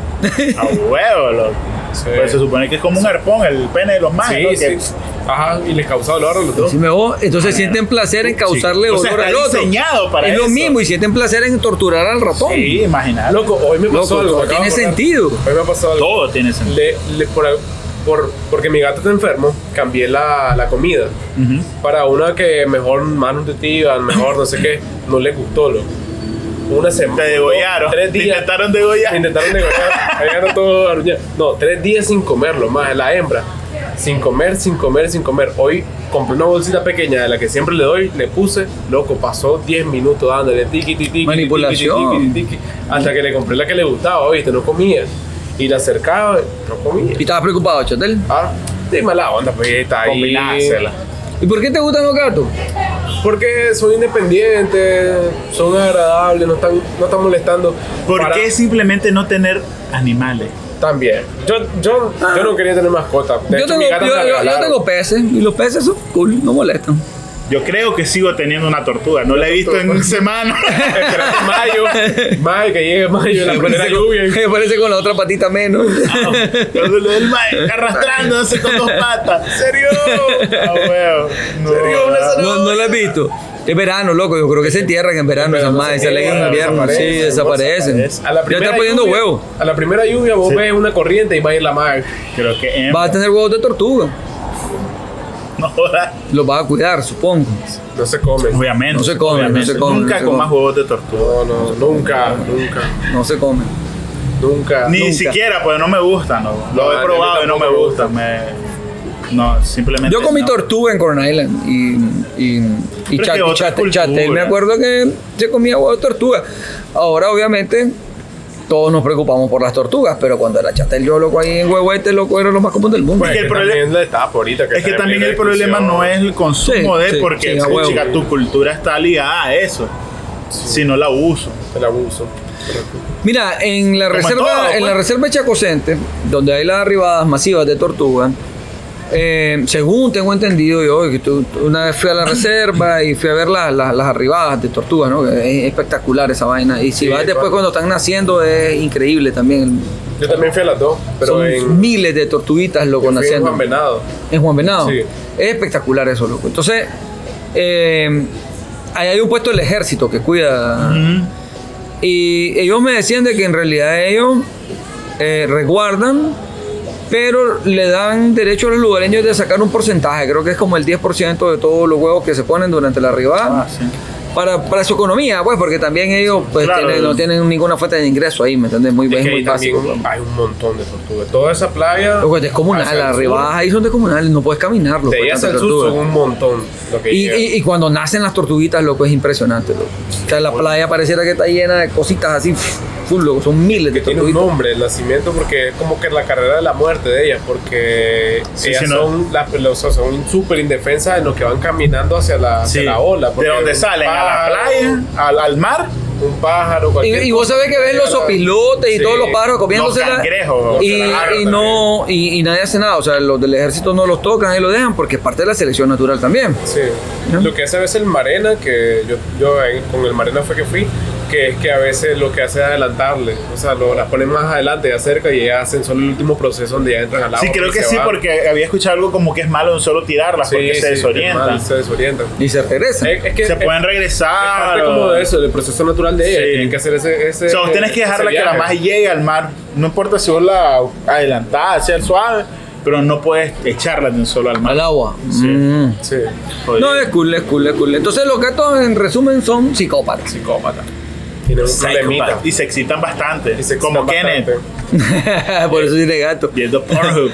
Speaker 1: A huevo, loco.
Speaker 2: Sí.
Speaker 1: Pues se supone que es como un arpón, el pene de los más.
Speaker 2: Sí, sí. Ajá, y les causa dolor a los dos.
Speaker 3: Sí me voy. Entonces sienten placer en causarle
Speaker 1: O
Speaker 3: dolor
Speaker 1: sea,
Speaker 3: al
Speaker 1: está
Speaker 3: otro.
Speaker 1: diseñado para
Speaker 3: es lo
Speaker 1: eso.
Speaker 3: mismo y sienten placer en torturar al ratón.
Speaker 1: Sí, imagínate.
Speaker 2: Loco, hoy me
Speaker 3: Loco,
Speaker 2: pasó algo.
Speaker 3: todo
Speaker 2: me acabo
Speaker 3: tiene
Speaker 2: de acordar.
Speaker 3: sentido.
Speaker 2: Hoy me ha pasado algo.
Speaker 1: Todo tiene sentido.
Speaker 2: Le- le- por, por- porque mi gato está enfermo, cambié la, la comida
Speaker 1: Ujú.
Speaker 2: para una que mejor, más nutritiva, mejor no sé qué. No le gustó, loco. Una semana.
Speaker 1: Te degollaron.
Speaker 2: Tres
Speaker 1: Te
Speaker 2: días.
Speaker 1: intentaron degollar.
Speaker 2: Me intentaron negociar, llegaron todos arruinados. No, tres días sin comerlo, más la hembra. Sin comer, sin comer, sin comer. Hoy compré una bolsita pequeña de la que siempre le doy, le puse, loco, pasó 10 minutos dándole tiqui, tiqui, tiqui,
Speaker 3: Manipulación.
Speaker 2: tiqui, tiqui, tiqui, hasta que le compré la que le gustaba, oíste, no comía. Y la acercaba, no comía.
Speaker 3: Y estabas preocupado, chatel.
Speaker 2: Ah, de mala onda, pues está ahí.
Speaker 1: Combinársela.
Speaker 3: ¿Y por qué te gustan los gatos?
Speaker 2: Porque son independientes, son agradables, no están, no están molestando.
Speaker 1: ¿Por
Speaker 2: Para-
Speaker 1: qué simplemente no tener animales?
Speaker 2: También. Yo, yo, yo no quería tener mascota. De
Speaker 3: Ah. yo,
Speaker 2: hecho,
Speaker 3: tengo,
Speaker 2: mi gata
Speaker 3: yo-
Speaker 2: me la
Speaker 3: yo- yo
Speaker 2: regalaron.
Speaker 3: tengo peces y los peces son cool, no molestan.
Speaker 1: Yo creo que sigo teniendo una tortuga. No la he visto en
Speaker 2: tortuga.
Speaker 1: una semana.
Speaker 2: Esperando mayo. Mayo, que llegue mayo, la primera lluvia.
Speaker 3: Me parece con la otra patita menos.
Speaker 1: Ah, Lo del mae, Arrastrándose con dos patas. ¿Serio? Ah, huevo. No,
Speaker 2: ¿Serio? Una
Speaker 1: ah.
Speaker 3: No, no lo has visto. Es verano, loco. Yo creo que se entierran en verano
Speaker 2: En
Speaker 3: esas
Speaker 2: verano
Speaker 3: madres.
Speaker 2: se
Speaker 3: Salen en
Speaker 2: entierran,
Speaker 3: invierno. Sí,
Speaker 1: desaparecen,
Speaker 3: desaparecen.
Speaker 1: desaparecen.
Speaker 2: A la
Speaker 3: Ya
Speaker 2: primera
Speaker 3: están poniendo
Speaker 2: lluvia-
Speaker 3: huevos.
Speaker 2: A la primera lluvia vos
Speaker 1: Sí.
Speaker 2: ves una corriente y va a ir la mayo.
Speaker 1: Creo que em,
Speaker 3: Vas a tener huevos de tortuga.
Speaker 1: no joda.
Speaker 3: Los vas a cuidar, supongo.
Speaker 2: No se come.
Speaker 1: Obviamente.
Speaker 3: No se come,
Speaker 1: obviamente.
Speaker 3: no se come,
Speaker 1: Nunca
Speaker 3: no se
Speaker 1: con
Speaker 3: come.
Speaker 1: más huevos de tortuga.
Speaker 2: No, no, nunca, nunca,
Speaker 3: No se comen.
Speaker 2: nunca.
Speaker 1: Ni
Speaker 3: Nunca.
Speaker 1: siquiera, pues no me gustan. no. Lo
Speaker 2: No,
Speaker 1: he
Speaker 2: a
Speaker 1: probado
Speaker 2: mí
Speaker 1: y no me
Speaker 2: tampoco me
Speaker 1: gusta. Me- No, simplemente.
Speaker 3: Yo comí
Speaker 1: no.
Speaker 3: tortuga en Corn Island y, y, y
Speaker 1: Pero es
Speaker 3: chat-
Speaker 1: que otra
Speaker 3: chat-
Speaker 1: cultura.
Speaker 3: chatel. Me acuerdo que se comía huevo de tortuga. Ahora, obviamente, todos nos preocupamos por las tortugas, pero cuando era chatel yo loco ahí en huehuete, loco era lo más común del mundo.
Speaker 1: Bueno, que el problema-
Speaker 2: también la etapa ahorita.
Speaker 1: Es que
Speaker 2: está en
Speaker 1: también
Speaker 2: plena
Speaker 1: el problema
Speaker 2: discusión.
Speaker 1: no es el consumo
Speaker 3: Sí,
Speaker 1: de,
Speaker 3: sí,
Speaker 1: porque
Speaker 3: sí, a
Speaker 1: pues,
Speaker 3: huevo.
Speaker 1: chica, tu cultura está ligada a eso. Si no la uso.
Speaker 2: El abuso.
Speaker 3: Mira, en la
Speaker 1: Como en
Speaker 3: reserva,
Speaker 1: todo,
Speaker 3: en
Speaker 1: pues.
Speaker 3: la reserva de Chacocente, donde hay las arribadas masivas de tortuga, eh, según tengo entendido yo, que tú- tú una vez fui a la reserva y fui a ver la- la- las arribadas de tortuga, ¿no? Que Es espectacular esa vaina. Y si
Speaker 2: Sí,
Speaker 3: vas después
Speaker 2: claro.
Speaker 3: cuando están naciendo es increíble también.
Speaker 2: Yo también fui a las dos, pero
Speaker 3: Son
Speaker 2: en,
Speaker 3: miles de tortuguitas loco
Speaker 2: yo fui en
Speaker 3: naciendo.
Speaker 2: Juan Venado.
Speaker 3: En Juan Venado.
Speaker 2: Sí.
Speaker 3: Es espectacular eso, loco. Entonces, eh, ahí hay un puesto del ejército que cuida. Y ellos me decían de que en realidad ellos eh, resguardan, pero le dan derecho a los lugareños de sacar un porcentaje. Creo que es como el 10% de todos los huevos que se ponen durante la arribada.
Speaker 1: Ah, sí.
Speaker 3: Para, para su economía, pues, porque también ellos pues,
Speaker 1: Claro.
Speaker 3: tienen- no tienen ninguna fuente de ingreso ahí, ¿me entiendes? Muy,
Speaker 2: Y
Speaker 3: es
Speaker 2: que
Speaker 3: muy
Speaker 2: ahí
Speaker 3: básico.
Speaker 2: también hay un montón de tortugas. Toda esa playa.
Speaker 3: Loco, es descomunal,
Speaker 2: hacia el
Speaker 3: las
Speaker 2: sur,
Speaker 3: rebajas ahí son descomunales, no puedes caminar, loco.
Speaker 2: De ahí
Speaker 3: hay
Speaker 2: hacia
Speaker 3: tanta
Speaker 2: el sur
Speaker 3: tortuga.
Speaker 2: son un montón. Lo que
Speaker 3: Y,
Speaker 2: llegan.
Speaker 3: y- y cuando nacen las tortuguitas, loco, es impresionante, loco. O sea, la playa pareciera que está llena de cositas así, pff, full, loco, son miles de
Speaker 2: que tiene un
Speaker 3: tortuguitas.
Speaker 2: nombre, el nacimiento, porque es como que la carrera de la muerte de ellas, porque
Speaker 1: Sí,
Speaker 2: ellas
Speaker 1: sí, no.
Speaker 2: son, la- o sea, son súper indefensas en lo que van caminando hacia la, hacia
Speaker 1: Sí.
Speaker 2: la ola.
Speaker 1: ¿De
Speaker 2: porque
Speaker 1: dónde
Speaker 2: un
Speaker 1: salen? ¿A la
Speaker 2: pájaro,
Speaker 1: playa? ¿Al, al mar?
Speaker 2: Un pájaro,
Speaker 3: Y,
Speaker 2: cualquier
Speaker 3: y vos
Speaker 2: cosa
Speaker 3: sabés que ves
Speaker 2: llega
Speaker 3: los
Speaker 2: a la-
Speaker 3: sopilotes y
Speaker 2: Sí.
Speaker 3: todos los pájaros comiéndose
Speaker 1: Los cangrejos,
Speaker 3: y,
Speaker 2: los cangrejos
Speaker 3: y no y, y nadie hace nada, o sea, los del ejército no los tocan y lo dejan porque es parte de la selección natural también.
Speaker 2: Sí.
Speaker 3: ¿No?
Speaker 2: Lo que hace a veces el Marena, que yo, yo en- con el Marena fue que fui, que es que a veces lo que hace es adelantarle, o sea, lo, las ponen más adelante, ya cerca y ya hacen solo el último proceso donde ya entran al agua.
Speaker 1: Sí, creo
Speaker 2: y
Speaker 1: que
Speaker 2: se
Speaker 1: sí,
Speaker 2: van.
Speaker 1: porque había escuchado algo como que es malo en solo tirarlas
Speaker 2: Sí,
Speaker 1: porque
Speaker 2: sí,
Speaker 1: se
Speaker 2: es
Speaker 1: desorientan.
Speaker 2: mal, se desorientan.
Speaker 3: Y se regresa.
Speaker 2: Es, es que
Speaker 1: se
Speaker 2: es-
Speaker 1: pueden
Speaker 2: es
Speaker 1: regresar.
Speaker 2: parte
Speaker 1: o-
Speaker 2: como de eso, del proceso natural de ella.
Speaker 1: Sí.
Speaker 2: Tienen que hacer ese. ese
Speaker 1: O sea, vos tenés que
Speaker 2: ese
Speaker 1: dejarla que la
Speaker 2: viaje.
Speaker 1: magia llegue al mar. No importa si vos la adelantás, sea suave, pero no puedes echarla de un solo al mar.
Speaker 3: Al agua.
Speaker 1: Sí.
Speaker 3: Mm.
Speaker 2: Sí,
Speaker 1: Joder.
Speaker 3: No, es cool, es cool, es cool. Entonces los gatos en resumen son psicópatas.
Speaker 2: psicópata. Tiene un problemita.
Speaker 1: y se excitan bastante.
Speaker 2: Y se excitan
Speaker 1: como Kenneth
Speaker 2: bastante.
Speaker 3: Por eso tiene gato.
Speaker 1: viendo Pornhub.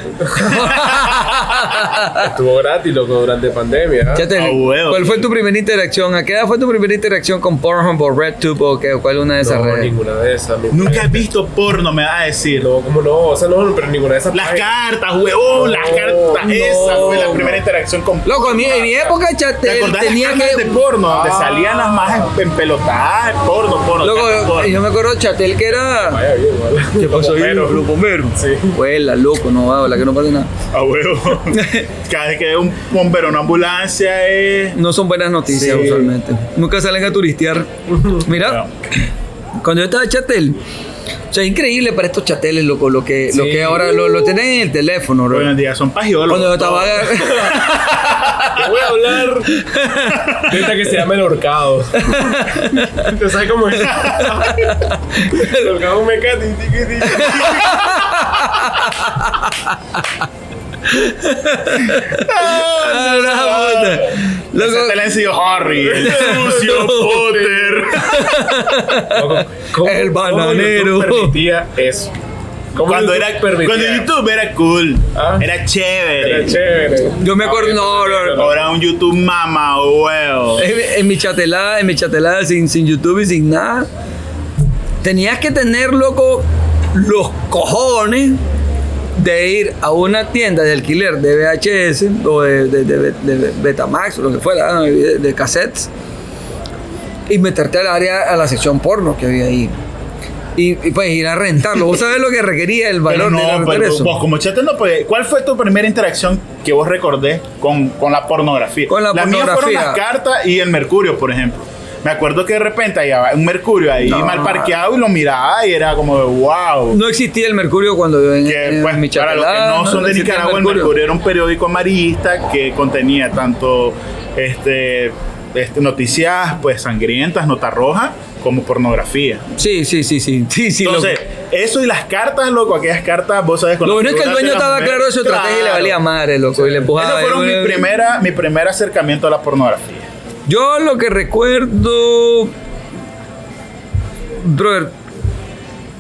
Speaker 2: Estuvo gratis, loco, durante pandemia. ¿eh?
Speaker 3: Chate,
Speaker 1: Ah, huevo.
Speaker 3: ¿Cuál fue tu primera interacción? ¿A qué edad fue tu primera interacción con Pornhub o RedTube o qué, cuál una de esas
Speaker 2: No,
Speaker 3: redes?
Speaker 2: ninguna de esas. mi
Speaker 1: Nunca he
Speaker 2: padre.
Speaker 1: visto porno, me vas a decir.
Speaker 2: No, ¿cómo no? O sea, no, pero ninguna de esas.
Speaker 1: Las
Speaker 2: páginas.
Speaker 1: cartas, huevón, las
Speaker 2: No,
Speaker 1: cartas.
Speaker 2: no.
Speaker 1: Esa fue la primera interacción con
Speaker 3: Loco, en mi, en mi época,
Speaker 1: ¿Te
Speaker 3: chate,
Speaker 1: acordás
Speaker 3: tenía
Speaker 1: las cajas
Speaker 3: que...
Speaker 1: de porno? Donde
Speaker 2: Ah.
Speaker 1: salían las más en pelotadas, porno, porno. cajas de
Speaker 3: Loco,
Speaker 1: porno.
Speaker 3: yo me acuerdo Chatel que era...
Speaker 2: Vaya bien, ¿vale?
Speaker 3: ¿Qué pasó ahí?
Speaker 2: Pero,
Speaker 3: Los bomberos.
Speaker 2: Sí.
Speaker 3: Huela, loco, no va, la que no pasa nada.
Speaker 1: A Ah, huevo. Cada vez que veo un bombero, una ambulancia eh, es.
Speaker 3: No son buenas noticias
Speaker 2: Sí.
Speaker 3: usualmente. Nunca salen a turistear. Mira, cuando yo estaba en Chatel, o sea, increíble para estos chateles, loco, lo que, lo
Speaker 2: Sí.
Speaker 3: que ahora lo, lo tienen en el teléfono, bro.
Speaker 1: Buenos días, son pagiólogos.
Speaker 3: Cuando yo estaba.
Speaker 2: Te voy a hablar de esta que se llama el horcado. ¿Te sabes cómo es? el horcado me cae. tin, tin, tin, tin.
Speaker 3: Ah, la puta. Loco,
Speaker 1: Ese te la enseñó Harry, el sucio Potter.
Speaker 2: Loco, ¿cómo-
Speaker 3: El
Speaker 2: cómo
Speaker 3: bananero.
Speaker 2: YouTube permitía eso. ¿Cómo
Speaker 1: Cuando,
Speaker 2: YouTube
Speaker 1: era,
Speaker 2: permitía?
Speaker 1: cuando YouTube era cool,
Speaker 2: Ah.
Speaker 1: era chévere.
Speaker 2: Era chévere.
Speaker 3: Yo me acuerdo, no, no, no.
Speaker 1: Ahora un YouTube mama huevo.
Speaker 3: En, en mi chatelada, en mi chatelada sin, sin YouTube y sin nada, tenías que tener, loco, los cojones de ir a una tienda de alquiler de VHS o de, de- de- de Betamax o lo que fuera, de, de cassettes, y meterte al área, a la sección porno que había ahí. Y, y, pues ir a rentarlo. ¿Vos sabés lo que requería el
Speaker 1: Pero
Speaker 3: valor de ir a
Speaker 1: no,
Speaker 3: rentar
Speaker 1: pero
Speaker 3: eso?
Speaker 1: vos como chate no podés. ¿Cuál fue tu primera interacción que vos recordés con, con la pornografía?
Speaker 3: Con la
Speaker 1: Las mías fueron
Speaker 3: pornografía.
Speaker 1: las cartas y el mercurio, por ejemplo. Me acuerdo que de repente había un mercurio ahí
Speaker 3: No.
Speaker 1: mal parqueado y lo miraba y era como de wow.
Speaker 3: No existía el Mercurio cuando yo en,
Speaker 1: que
Speaker 3: en
Speaker 1: pues,
Speaker 3: mi
Speaker 1: para los que
Speaker 3: chacalada,
Speaker 1: no, son de
Speaker 3: existía
Speaker 1: Nicaragua, el mercurio. era un periódico amarillista que contenía tanto este, este noticias pues sangrientas, nota roja, como pornografía.
Speaker 3: Sí, sí, sí, sí. Sí, sí, lo-
Speaker 1: Entonces, eso y las cartas, loco, aquellas cartas, vos sabes con
Speaker 3: lo,
Speaker 1: las
Speaker 3: bueno es que el
Speaker 1: figuras
Speaker 3: dueño
Speaker 1: las
Speaker 3: estaba
Speaker 1: mujeres.
Speaker 3: claro de su estrategia y le
Speaker 1: Claro.
Speaker 3: valía madre, loco, y le empujaba.
Speaker 1: Esos fueron
Speaker 3: y-
Speaker 1: mi primera, mi primer acercamiento a la pornografía.
Speaker 3: Yo lo que recuerdo. Brother,